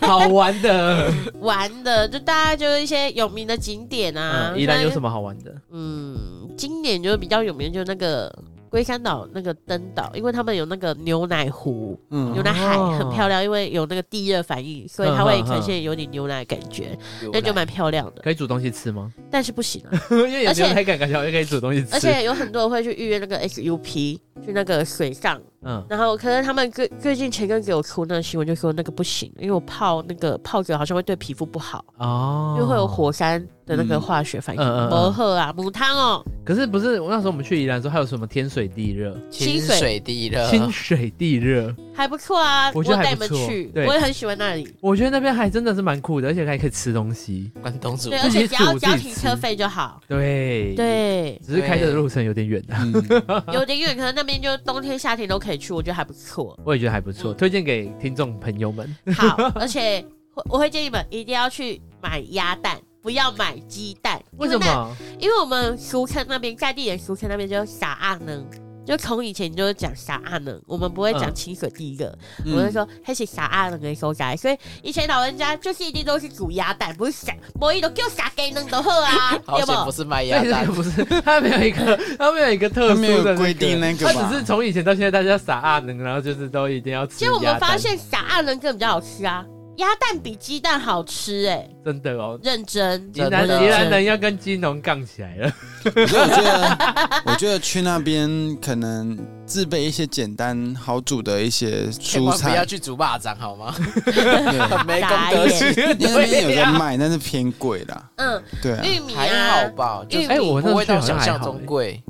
[SPEAKER 2] 好玩的，
[SPEAKER 1] 玩的，就大家就是一些有名的景点啊。
[SPEAKER 2] 嗯，宜兰有
[SPEAKER 1] 么？
[SPEAKER 2] 什么好玩的？
[SPEAKER 1] 嗯，今年就是比较有名，就是那个龟山岛那个登岛，因为他们有那个牛奶湖、牛
[SPEAKER 3] 嗯，
[SPEAKER 1] 奶海
[SPEAKER 2] 哦
[SPEAKER 1] 很漂亮，因为有那个地热反应，所以它会呈现有点牛奶的感
[SPEAKER 2] 嗯
[SPEAKER 1] 觉，那就蛮漂亮的。
[SPEAKER 2] 可以煮东西 吃吗？
[SPEAKER 1] 但是不行 啊，
[SPEAKER 2] 因为有
[SPEAKER 1] 而
[SPEAKER 2] 牛
[SPEAKER 1] 且
[SPEAKER 2] 奶感，感觉好像可以煮东西吃。
[SPEAKER 1] 而且有很多人会去预约那个 SUP，去那个水上。
[SPEAKER 2] 嗯，
[SPEAKER 1] 然后可能他们最最近前阵子有出那个新闻，就说那个不行，因为我泡那个泡着好像会对皮肤不好，
[SPEAKER 2] 哦，
[SPEAKER 1] 因为会有。火山的那个化学反应。
[SPEAKER 2] 嗯嗯嗯嗯
[SPEAKER 1] 摩诃啊，母汤哦，
[SPEAKER 2] 可是不是我那时候我们去宜兰的时候，还有什么天水地热、
[SPEAKER 1] 清
[SPEAKER 4] 清
[SPEAKER 1] 水
[SPEAKER 4] 水地
[SPEAKER 3] 呃
[SPEAKER 4] 热，
[SPEAKER 2] 清水地 热？
[SPEAKER 1] 还不错啊，
[SPEAKER 2] 我觉得
[SPEAKER 1] 带
[SPEAKER 2] 还
[SPEAKER 1] 你
[SPEAKER 2] 不
[SPEAKER 1] 们
[SPEAKER 2] 错
[SPEAKER 1] 去，
[SPEAKER 2] 对
[SPEAKER 1] 我也很喜欢那里。
[SPEAKER 2] 我觉得那边还真的是蛮酷的，而且还可以吃东西。
[SPEAKER 4] 关东煮
[SPEAKER 1] 对，
[SPEAKER 2] 自
[SPEAKER 1] 而
[SPEAKER 2] 己
[SPEAKER 1] 且只要
[SPEAKER 2] 煮
[SPEAKER 1] 只要
[SPEAKER 2] 自己
[SPEAKER 1] 停车
[SPEAKER 2] 吃
[SPEAKER 1] 费就好。
[SPEAKER 2] 对，
[SPEAKER 1] 对，
[SPEAKER 2] 只是开车的路程有点远啊。
[SPEAKER 3] 嗯，
[SPEAKER 1] 有点远，可能那边就冬天夏天都可以去，我觉得还不错。
[SPEAKER 2] 我也觉得还不错，推荐给听众朋友们。
[SPEAKER 1] 好，而且我我会建议你们一定要去买鸭蛋，不要买鸡蛋。
[SPEAKER 2] 为什
[SPEAKER 1] 因那
[SPEAKER 2] 么？
[SPEAKER 1] 因为我们俗称那边在地人俗称那边就傻阿能，就从以前就是讲傻阿能，我们不会讲
[SPEAKER 2] 嗯
[SPEAKER 1] 清水第一个，
[SPEAKER 3] 嗯
[SPEAKER 1] 我们说开始傻阿能的收改，所以以前老人家就是一定都是煮鸭蛋，不是傻，我一都叫傻给能的喝啊，
[SPEAKER 4] 好
[SPEAKER 1] 有
[SPEAKER 4] 险不
[SPEAKER 1] 不？
[SPEAKER 4] 是 卖鸭
[SPEAKER 2] 但是
[SPEAKER 4] 蛋
[SPEAKER 2] 这个，不是，它没有一个，它没有一个特
[SPEAKER 3] 他
[SPEAKER 2] 殊
[SPEAKER 3] 没
[SPEAKER 2] 的、那
[SPEAKER 3] 有
[SPEAKER 2] 个、
[SPEAKER 3] 规定那个
[SPEAKER 2] 它
[SPEAKER 3] 吧
[SPEAKER 2] 只？是从以前到现在，大家傻啊能，然后就是都一定要吃
[SPEAKER 1] 结
[SPEAKER 2] 鸭
[SPEAKER 1] 果
[SPEAKER 2] 蛋。
[SPEAKER 1] 我们发现傻阿能更比较好吃啊，鸭蛋比鸡蛋好吃哎、
[SPEAKER 2] 真的哦，
[SPEAKER 1] 认真。
[SPEAKER 2] 宜兰
[SPEAKER 4] 真的
[SPEAKER 2] 宜兰人要跟金融杠起来了。
[SPEAKER 3] 可是我觉得，我觉得去那边可能自备一些简单好煮的一些
[SPEAKER 4] 千
[SPEAKER 3] 蔬
[SPEAKER 4] 万不要
[SPEAKER 3] 菜，
[SPEAKER 4] 去煮蚂蚱 好吗？
[SPEAKER 3] 对
[SPEAKER 4] 很没公德心，
[SPEAKER 3] 因为那边有
[SPEAKER 4] 对
[SPEAKER 3] 在
[SPEAKER 4] 呀
[SPEAKER 3] 卖，但是偏贵啦。
[SPEAKER 1] 嗯，
[SPEAKER 3] 对啊，
[SPEAKER 1] 玉米
[SPEAKER 4] 还好
[SPEAKER 1] 啊，
[SPEAKER 4] 吧？就
[SPEAKER 1] 玉
[SPEAKER 4] 是
[SPEAKER 1] 米
[SPEAKER 2] 哎、我那时候
[SPEAKER 4] 不会
[SPEAKER 2] 去好
[SPEAKER 4] 到
[SPEAKER 2] 像
[SPEAKER 4] 想
[SPEAKER 2] 还
[SPEAKER 4] 象
[SPEAKER 2] 好、
[SPEAKER 4] 中
[SPEAKER 2] 欸。
[SPEAKER 4] 贵。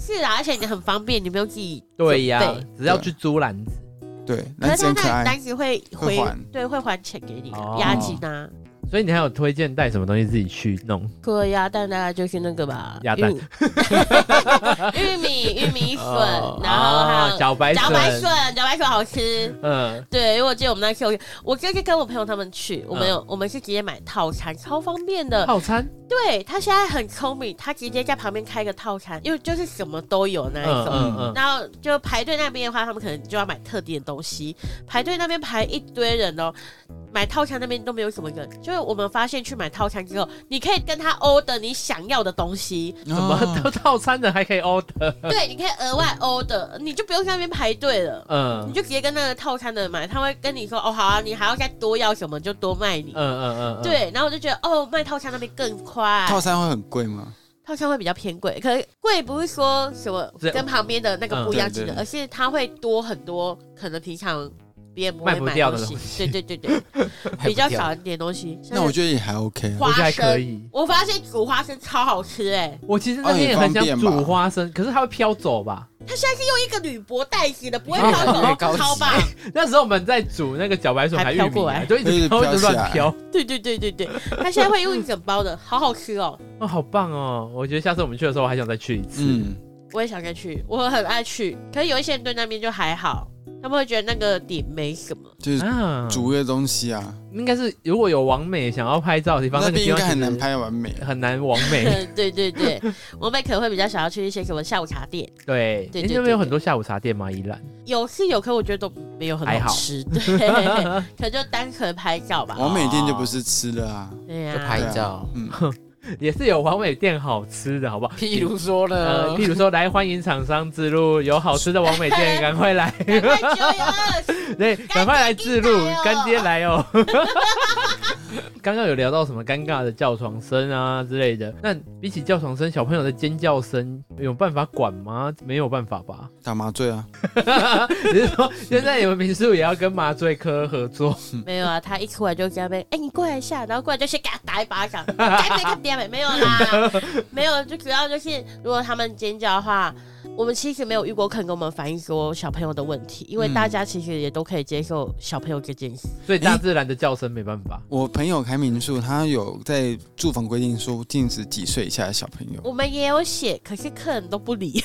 [SPEAKER 1] 是啊，而且你很方便，你不用自己。
[SPEAKER 2] 对呀、
[SPEAKER 1] 准备
[SPEAKER 2] 只要
[SPEAKER 3] 对
[SPEAKER 2] 去租篮子。
[SPEAKER 3] 对，
[SPEAKER 1] 可
[SPEAKER 3] 那
[SPEAKER 1] 是他
[SPEAKER 3] 真可
[SPEAKER 1] 那
[SPEAKER 3] 爱。
[SPEAKER 1] 单子会回
[SPEAKER 3] 会还，
[SPEAKER 1] 对，会还钱给你啊
[SPEAKER 2] 哦
[SPEAKER 1] 押金啊。
[SPEAKER 2] 所以你还有推荐带什么东西自己去弄？
[SPEAKER 1] 可以啊，蛋大概就是那个吧，
[SPEAKER 2] 鸭蛋
[SPEAKER 1] 玉米玉米、玉米粉，
[SPEAKER 4] 哦
[SPEAKER 1] 然后还
[SPEAKER 2] 啊
[SPEAKER 1] 有
[SPEAKER 2] 小白
[SPEAKER 1] 茭白笋
[SPEAKER 2] 笋，，
[SPEAKER 1] 茭白笋好吃。
[SPEAKER 2] 嗯，
[SPEAKER 1] 对，因为我记得我们那时候，我这次跟我朋友他们去，我们有、我们是直接买套餐，超方便的。
[SPEAKER 2] 套餐，
[SPEAKER 1] 对他现在很聪明，他直接在旁边开个套餐，因为就是什么都有那
[SPEAKER 2] 嗯
[SPEAKER 1] 一种。
[SPEAKER 2] 嗯嗯，
[SPEAKER 1] 然后就排队那边的话，他们可能就要买特定的东西。排队那边排一堆人哦，买套餐那边都没有什么人。就是我们发现去买套餐之后，你可以跟他 order 你想要的东西，
[SPEAKER 3] 什
[SPEAKER 2] 什么都套餐的还可以 order，
[SPEAKER 1] 对，你可以额外 order，你就不用在那边排队了。你
[SPEAKER 2] 嗯
[SPEAKER 1] 就直接跟那个套餐的人买，他会跟你说哦，好啊，你还要再多要什么就多卖你
[SPEAKER 2] 嗯。嗯嗯，嗯，
[SPEAKER 1] 对，然后我就觉得哦，卖套餐那边更快，
[SPEAKER 3] 套餐会很贵吗？
[SPEAKER 1] 套餐会比较偏贵，可是贵不是说什么
[SPEAKER 2] 是
[SPEAKER 1] 跟旁边的那个不一样
[SPEAKER 3] 对
[SPEAKER 1] 金
[SPEAKER 3] 对
[SPEAKER 1] 额，而是它会多很多，可能平常别人不
[SPEAKER 2] 卖
[SPEAKER 1] 会
[SPEAKER 2] 不
[SPEAKER 1] 买
[SPEAKER 2] 掉
[SPEAKER 1] 东
[SPEAKER 2] 的
[SPEAKER 1] 西
[SPEAKER 2] 东，
[SPEAKER 1] 对对对对，比较少一啊点东西。
[SPEAKER 3] 那我觉得也还 OK 啊。
[SPEAKER 2] 我
[SPEAKER 1] 花
[SPEAKER 2] 觉得还
[SPEAKER 1] 生
[SPEAKER 2] 可以。
[SPEAKER 1] 我发现煮花生超好吃哎、
[SPEAKER 2] 我其实那天也
[SPEAKER 3] 哦
[SPEAKER 2] 很
[SPEAKER 3] 很方
[SPEAKER 2] 想
[SPEAKER 3] 便
[SPEAKER 2] 煮
[SPEAKER 3] 吧
[SPEAKER 2] 花生，可是它会飘走吧？
[SPEAKER 1] 它现在是用一个铝箔袋型的，不会
[SPEAKER 4] 哦
[SPEAKER 1] 飘
[SPEAKER 4] 有点
[SPEAKER 1] 走，
[SPEAKER 4] 高级
[SPEAKER 1] 超棒！
[SPEAKER 2] 那时候我们在煮那个茭白笋
[SPEAKER 1] 还
[SPEAKER 2] 还玉
[SPEAKER 1] 飘
[SPEAKER 2] 米
[SPEAKER 1] 过
[SPEAKER 2] 啊，
[SPEAKER 1] 来
[SPEAKER 2] 就一直
[SPEAKER 3] 对
[SPEAKER 2] 飘，一直
[SPEAKER 3] 飘起
[SPEAKER 2] 乱
[SPEAKER 3] 来
[SPEAKER 2] 飘。
[SPEAKER 1] 对对对对对，它现在会用一整包的，好好吃哦！
[SPEAKER 2] 哦，好棒哦！我觉得下次我们去的时候，我还想再去一次。
[SPEAKER 3] 嗯，
[SPEAKER 1] 我也想再去，我很爱去，可是有一些人对那边就还好，他们会觉得那个点没什么。
[SPEAKER 3] 就是
[SPEAKER 2] 啊，
[SPEAKER 3] 煮一个东西啊，
[SPEAKER 2] 应该是如果有完美想要拍照的地方，
[SPEAKER 3] 那
[SPEAKER 2] 那个
[SPEAKER 3] 边
[SPEAKER 2] 地
[SPEAKER 3] 应
[SPEAKER 2] 方
[SPEAKER 3] 该很
[SPEAKER 2] 其实
[SPEAKER 3] 难，拍完美。
[SPEAKER 2] 很难完美。
[SPEAKER 1] 对对对，我们可能会比较想要去一些什么下午茶店，
[SPEAKER 2] 对，
[SPEAKER 1] 对
[SPEAKER 2] 你
[SPEAKER 1] 对
[SPEAKER 2] 那边
[SPEAKER 1] 对
[SPEAKER 2] 有很多下午茶店吗？宜兰
[SPEAKER 1] 有是有，可我觉得都没有很
[SPEAKER 2] 还好
[SPEAKER 1] 好吃，对， 可就单纯拍照吧。
[SPEAKER 3] 完美店就不是吃的啊，
[SPEAKER 1] 对呀、
[SPEAKER 4] 就拍
[SPEAKER 2] 啊
[SPEAKER 4] 照，
[SPEAKER 3] 嗯，
[SPEAKER 2] 也是有完美店好吃的，好不好？
[SPEAKER 4] 譬如说
[SPEAKER 2] 呃，
[SPEAKER 4] 呢，
[SPEAKER 2] 譬如说，来欢迎厂商自录，有好吃的完美店，赶快来，
[SPEAKER 1] 赶快九月二十，
[SPEAKER 2] 对，赶快来自录，干
[SPEAKER 1] 干
[SPEAKER 2] 爹
[SPEAKER 1] 爹
[SPEAKER 2] 来哦。 刚刚有聊到什么尴尬的叫床声啊之类的，那比起叫床声，小朋友的尖叫声有办法管吗？没有办法吧？
[SPEAKER 3] 打麻醉啊，
[SPEAKER 2] 你是说现在你们民宿也要跟麻醉科合作？
[SPEAKER 1] 没有啊，他一出来就这样被，哎、你过来一下，然后过来就先给他打一巴 掌，干爹干爹没没有啦，没有，就主要就是如果他们尖叫的话。我们其实没有遇过肯跟我们反映说小朋友的问题，因为
[SPEAKER 3] 嗯
[SPEAKER 1] 大家其实也都可以接受小朋友这件事。
[SPEAKER 2] 所以大自然的叫声没办法。
[SPEAKER 3] 我朋友开民宿，他有在住房规定说禁止几岁以下的小朋 友。
[SPEAKER 1] 我们也有写，可是客人都不理，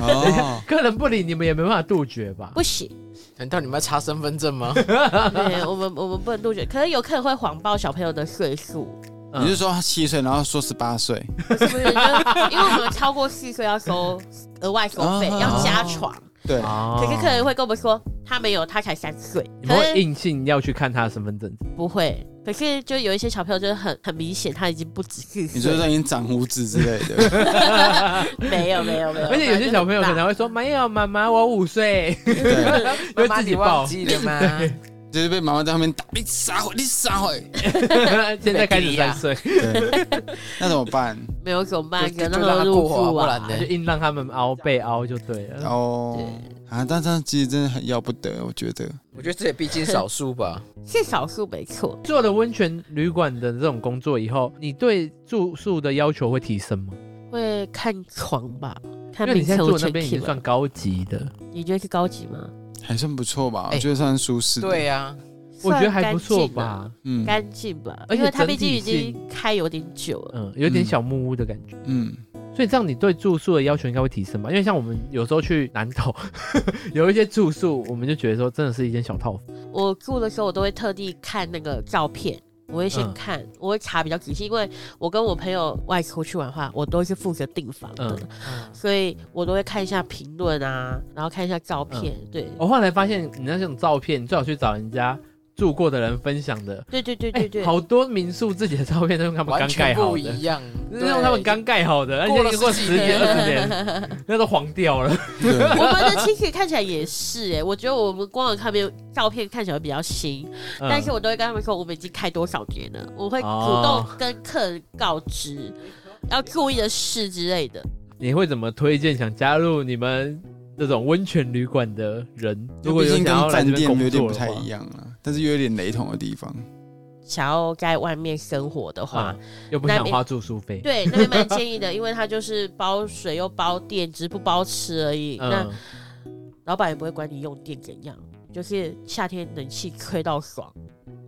[SPEAKER 3] 哦，
[SPEAKER 2] 客人不理你们也没办法杜绝吧？
[SPEAKER 1] 不行。
[SPEAKER 4] 难道你们要查身份证 吗？
[SPEAKER 1] 对，我们我们不能杜绝，可是有客人会谎报小朋友的岁数，
[SPEAKER 2] 嗯
[SPEAKER 3] 你是说他七岁，然后说十八岁？
[SPEAKER 1] 不是不是，就是因为我们超过四岁要收额外收费，
[SPEAKER 2] 啊
[SPEAKER 3] 哦
[SPEAKER 1] 要加床。
[SPEAKER 3] 对，
[SPEAKER 2] 哦
[SPEAKER 1] 可是客人会跟我们说，他没有，他才三岁，
[SPEAKER 2] 你
[SPEAKER 1] 可
[SPEAKER 2] 们会
[SPEAKER 1] 是
[SPEAKER 2] 硬性要去看他的身份证，
[SPEAKER 1] 不会。可是就有一些小朋友就是很很明显，他已经不止四
[SPEAKER 3] 你说
[SPEAKER 1] 岁，
[SPEAKER 3] 他已经长胡子之类的，
[SPEAKER 1] 没有没有没有。
[SPEAKER 2] 而且有些小朋友可
[SPEAKER 1] 反
[SPEAKER 2] 能
[SPEAKER 1] 正
[SPEAKER 2] 会说：“没有，妈妈，我五岁。
[SPEAKER 3] 对，
[SPEAKER 2] 会
[SPEAKER 4] 妈妈
[SPEAKER 2] 自己
[SPEAKER 4] 你
[SPEAKER 2] 报
[SPEAKER 4] 忘。记了 吗？
[SPEAKER 3] 就是被妈妈在后面打，你撒谎，你撒谎。
[SPEAKER 2] 现在开始
[SPEAKER 4] 啊
[SPEAKER 2] 三岁，
[SPEAKER 3] 对，那怎么办？
[SPEAKER 1] 就没有怎么办？
[SPEAKER 4] 就
[SPEAKER 1] 跟他
[SPEAKER 4] 就让
[SPEAKER 1] 们
[SPEAKER 4] 他
[SPEAKER 1] 入
[SPEAKER 4] 过啊
[SPEAKER 1] 住
[SPEAKER 4] 不然
[SPEAKER 1] 啊
[SPEAKER 4] 呢，对
[SPEAKER 2] 就硬让他们凹被凹就对了。
[SPEAKER 3] 哦，啊，但是其实真的很要不得，我觉得。
[SPEAKER 4] 我觉得这也毕竟少数吧。
[SPEAKER 1] 是少数没错。
[SPEAKER 2] 做了温泉旅馆的这种工作以后，你对住宿的要求会提升吗？
[SPEAKER 1] 会看床吧，看
[SPEAKER 2] 因为你
[SPEAKER 1] 名
[SPEAKER 2] 现在
[SPEAKER 1] 称
[SPEAKER 2] 住
[SPEAKER 1] 我
[SPEAKER 2] 的那边已经
[SPEAKER 1] check
[SPEAKER 2] 算
[SPEAKER 1] 了。
[SPEAKER 2] 高级的，
[SPEAKER 1] 你觉得是高级吗？
[SPEAKER 3] 还算不错吧，
[SPEAKER 4] 哎
[SPEAKER 3] 我觉得算舒适。
[SPEAKER 4] 对，啊 呀，
[SPEAKER 2] 我觉得还
[SPEAKER 1] 算
[SPEAKER 2] 不
[SPEAKER 1] 干净
[SPEAKER 2] 错
[SPEAKER 1] 啊
[SPEAKER 2] 吧。
[SPEAKER 3] 嗯
[SPEAKER 1] 干净吧，
[SPEAKER 2] 而且
[SPEAKER 1] 因为它毕
[SPEAKER 2] 整
[SPEAKER 1] 竟
[SPEAKER 2] 体
[SPEAKER 1] 已经开有点久了。
[SPEAKER 2] 嗯，有点
[SPEAKER 3] 嗯
[SPEAKER 2] 小木屋的感觉。
[SPEAKER 3] 嗯，
[SPEAKER 2] 所以这样你对住宿的要求应该会提升吧？因为像我们有时候去南投， 有一些住宿，我们就觉得说真的是一间小套房，
[SPEAKER 1] 我住的时候，我都会特地看那个照片，我会先
[SPEAKER 2] 嗯
[SPEAKER 1] 看，我会查比较仔细，因为我跟我朋友外出去玩的话，我都是负责订房的，
[SPEAKER 2] 嗯
[SPEAKER 1] 所以我都会看一下评论啊，然后看一下照片，对。
[SPEAKER 2] 我后来发现你那种照片，你最好去找人家住过的人分享的。
[SPEAKER 1] 对对对
[SPEAKER 2] 哎
[SPEAKER 1] 对对，
[SPEAKER 2] 好多民宿自己的照片都用他们
[SPEAKER 4] 完
[SPEAKER 2] 刚
[SPEAKER 4] 全
[SPEAKER 2] 盖好
[SPEAKER 4] 不
[SPEAKER 2] 的，
[SPEAKER 4] 一样，
[SPEAKER 2] 是用他们刚盖好的，而且
[SPEAKER 4] 过了
[SPEAKER 2] 经过
[SPEAKER 4] 十
[SPEAKER 2] 十
[SPEAKER 4] 几
[SPEAKER 2] 年
[SPEAKER 4] 年
[SPEAKER 2] 二十年， 那都黄掉了。
[SPEAKER 3] 对，
[SPEAKER 1] 我们的亲戚看起来也是哎、我觉得我们光有看别照片看起来会比较新，
[SPEAKER 2] 嗯
[SPEAKER 1] 但是我都会跟他们说我们已经开多少年了，我会主
[SPEAKER 2] 哦
[SPEAKER 1] 动跟客人告知、要注意的事之类的。
[SPEAKER 2] 你会怎么推荐想加入你们这种温泉旅馆的人？如果
[SPEAKER 3] 毕
[SPEAKER 2] 有
[SPEAKER 3] 竟
[SPEAKER 2] 想要
[SPEAKER 3] 跟
[SPEAKER 2] 来这
[SPEAKER 3] 饭
[SPEAKER 2] 边
[SPEAKER 3] 店
[SPEAKER 2] 工
[SPEAKER 3] 有点
[SPEAKER 2] 作
[SPEAKER 3] 不
[SPEAKER 2] 的
[SPEAKER 3] 太
[SPEAKER 2] 话
[SPEAKER 3] 一，样啊，但是又有点雷同的地方。
[SPEAKER 1] 想要在外面生活的话，
[SPEAKER 2] 啊又不
[SPEAKER 1] 那
[SPEAKER 2] 想
[SPEAKER 1] 边
[SPEAKER 2] 花住宿费，
[SPEAKER 1] 对，那边蛮建议的，因为它就是包水又包电，只是不包吃而已。那
[SPEAKER 2] 嗯，
[SPEAKER 1] 老板也不会管你用电怎样，就是夏天冷气吹到爽。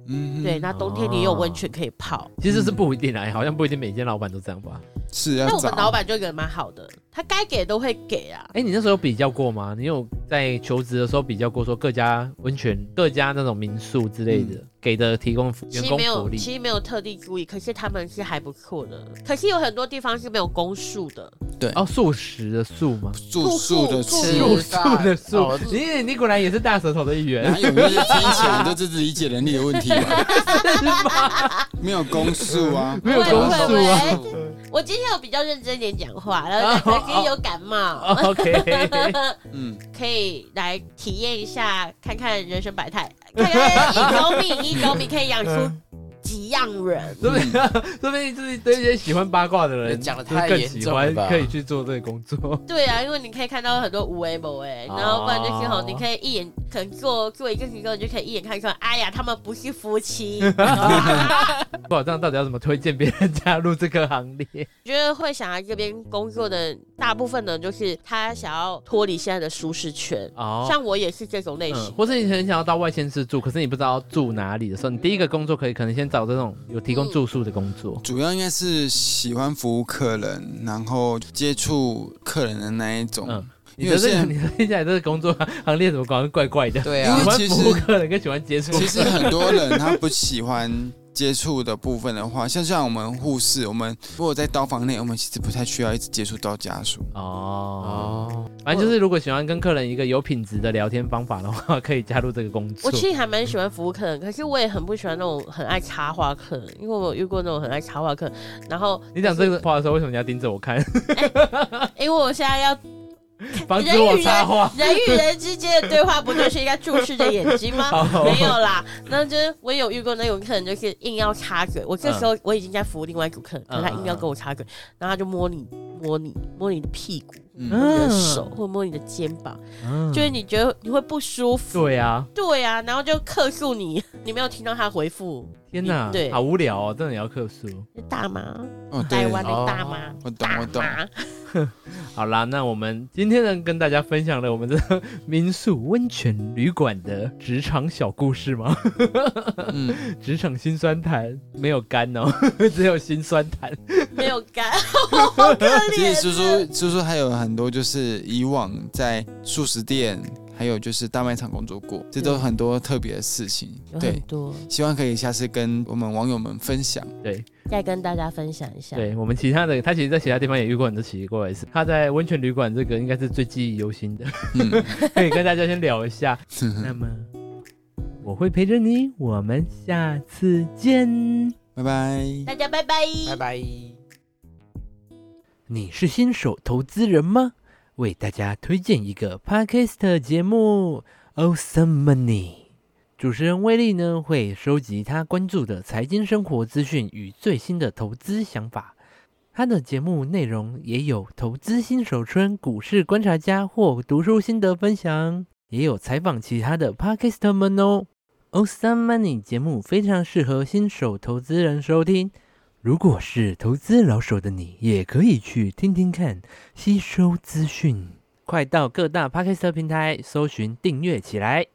[SPEAKER 3] 嗯，
[SPEAKER 1] 对，，那冬天你也有温泉可以泡。
[SPEAKER 2] 其实是不一定啊，好像不一定每间老板都这样吧。
[SPEAKER 3] 是要
[SPEAKER 1] 那我们老
[SPEAKER 3] 找。
[SPEAKER 1] 板就人蛮好的，他该给都会给啊。
[SPEAKER 2] 哎，你那时候有比较过吗？你有在求职的时候比较过说各家温泉、各家那种民宿之类
[SPEAKER 4] 嗯
[SPEAKER 2] 的给的提供福
[SPEAKER 1] 其
[SPEAKER 2] 员
[SPEAKER 1] 实
[SPEAKER 2] 工
[SPEAKER 1] 没
[SPEAKER 2] 福
[SPEAKER 1] 有，
[SPEAKER 2] 利？
[SPEAKER 1] 其实没有特地注意，可是他们是还不错的。可是有很多地方是没有公宿的，
[SPEAKER 2] 哦，素食的素吗？
[SPEAKER 3] 住宿的
[SPEAKER 1] 住宿
[SPEAKER 3] 吃
[SPEAKER 4] 吃，
[SPEAKER 2] 住宿的宿
[SPEAKER 4] 哦，
[SPEAKER 2] 你你果然也是大舌头的一员
[SPEAKER 3] 哪。有那些听起来都是理解能力的问题吧？ 没有公数啊，
[SPEAKER 2] 没有公
[SPEAKER 1] 不
[SPEAKER 2] 宿
[SPEAKER 1] 会
[SPEAKER 2] 啊。
[SPEAKER 1] 不会我今天有比较认真一点讲话， 然后可是有感冒，
[SPEAKER 2] 哦 OK，
[SPEAKER 3] 嗯，
[SPEAKER 1] 可以来体验一下，看看人生百态，看看一周命一周命可以养出几样人。
[SPEAKER 2] 说不定说不定就是对一些喜欢八卦的人，
[SPEAKER 4] 你嗯 讲得
[SPEAKER 2] 就是
[SPEAKER 4] 太
[SPEAKER 2] 更
[SPEAKER 4] 严
[SPEAKER 2] 喜
[SPEAKER 4] 重
[SPEAKER 2] 欢
[SPEAKER 4] 了吧
[SPEAKER 2] 可以去做这个工作。
[SPEAKER 1] 对啊，因为你可以看到很多无为某哎，
[SPEAKER 4] 哦
[SPEAKER 1] 然后不然就是好，你可以一眼可能做做一个情况，你就可以一眼看出来，哎呀，他们不是夫妻。哦
[SPEAKER 2] 不好，这样到底要怎么推荐别人加入这个行列？
[SPEAKER 1] 我觉得会想来这边工作的大部分呢，就是他想要脱离现在的舒适圈。
[SPEAKER 2] 哦，
[SPEAKER 1] 像我也是这种类型
[SPEAKER 2] 嗯，，或是你很想要到外县市住，可是你不知道住哪里的时候，你第一个工作可以可能先找这种有提供住宿的工作。
[SPEAKER 3] 主要应该是喜欢服务客人，然后接触客人的那一种。
[SPEAKER 2] 嗯，你
[SPEAKER 3] 因
[SPEAKER 2] 的
[SPEAKER 3] 为
[SPEAKER 2] 这个
[SPEAKER 3] 现
[SPEAKER 2] 你的听起来这个工作行列怎么搞得怪怪的？
[SPEAKER 4] 对
[SPEAKER 3] 因
[SPEAKER 4] 啊
[SPEAKER 3] 为
[SPEAKER 2] 喜，欢
[SPEAKER 3] 其实
[SPEAKER 2] 服务客人跟喜欢接触，
[SPEAKER 3] 其实很多人他不喜欢接触的部分的话，像像我们护士，我们如果在刀房内，我们其实不太需要一直接触到家属。
[SPEAKER 2] 哦，
[SPEAKER 4] 哦，
[SPEAKER 2] 反正就是如果喜欢跟客人一个有品质的聊天方法的话，可以加入这个工作
[SPEAKER 1] 我。其实还蛮喜欢服务客人，可是我也很不喜欢那种很爱插话客人，因为我有遇过那种很爱插话客人，然后
[SPEAKER 2] 你讲这个话的时候，为什么你要盯着我 看，
[SPEAKER 1] 因为我现在要
[SPEAKER 2] 防止我插话？
[SPEAKER 1] 人与人之间的对话，不就是应该注视着眼睛吗
[SPEAKER 2] 好？
[SPEAKER 1] 没有啦，那就是我有遇过那种客人，就是硬要插嘴。我这时
[SPEAKER 2] 嗯
[SPEAKER 1] 候我已经在服务另外一组客人，可是他硬要跟我插嘴，然后他就摸你、摸你、摸你的屁股、
[SPEAKER 3] 嗯，
[SPEAKER 1] 摸你的
[SPEAKER 2] 嗯
[SPEAKER 1] 手，或摸你的肩膀，
[SPEAKER 2] 嗯
[SPEAKER 1] 就是你觉得你会不舒服。
[SPEAKER 2] 对啊，
[SPEAKER 1] 对呀、然后就客诉你，你没有听到他回复。
[SPEAKER 2] 天哪，
[SPEAKER 1] 对
[SPEAKER 2] 好无聊哦，真的也要客诉。
[SPEAKER 1] 大妈，
[SPEAKER 3] 哦，
[SPEAKER 1] 台
[SPEAKER 3] 对，
[SPEAKER 1] 湾的大妈，
[SPEAKER 3] 我懂
[SPEAKER 1] 大，
[SPEAKER 3] 我懂。
[SPEAKER 1] 妈，
[SPEAKER 2] 好啦，那我们今天呢跟大家分享了我们的民宿温泉旅馆的职场小故事吗？
[SPEAKER 3] 嗯，
[SPEAKER 2] 职场辛酸谈，没有干哦， 只有辛酸谈。
[SPEAKER 1] 没有干， 好可
[SPEAKER 3] 其
[SPEAKER 1] 怜。
[SPEAKER 3] 实叔叔叔叔还有很多就是以往在素食店，还有就是大卖场工作过，这都很多特别的事情。
[SPEAKER 1] 有很
[SPEAKER 3] 对，
[SPEAKER 1] 多，
[SPEAKER 3] 希望可以下次跟我们网友们分享。
[SPEAKER 2] 对，
[SPEAKER 1] 再跟大家分享一下。
[SPEAKER 2] 对我们其他的，他其实在其他地方也遇过很多奇怪的事。他在温泉旅馆这个应该是最记忆犹新的，
[SPEAKER 3] 嗯，
[SPEAKER 2] 可以跟大家先聊一下。那么我会陪着你，我们下次见。
[SPEAKER 3] 拜拜。
[SPEAKER 1] 大家拜拜，
[SPEAKER 4] 拜拜。
[SPEAKER 2] 你是新手投资人吗？为大家推荐一个 podcast 节目《Awesome Money》。主持人威力呢会收集他关注的财经生活资讯与最新的投资想法。他的节目内容也有投资新手村、股市观察家或读书心得分享，也有采访其他的 podcaster 们哦。Awesome Money 节目非常适合新手投资人收听。如果是投资老手的你，也可以去听听看，吸收资讯。快到各大 Podcast 平台搜寻订阅起来。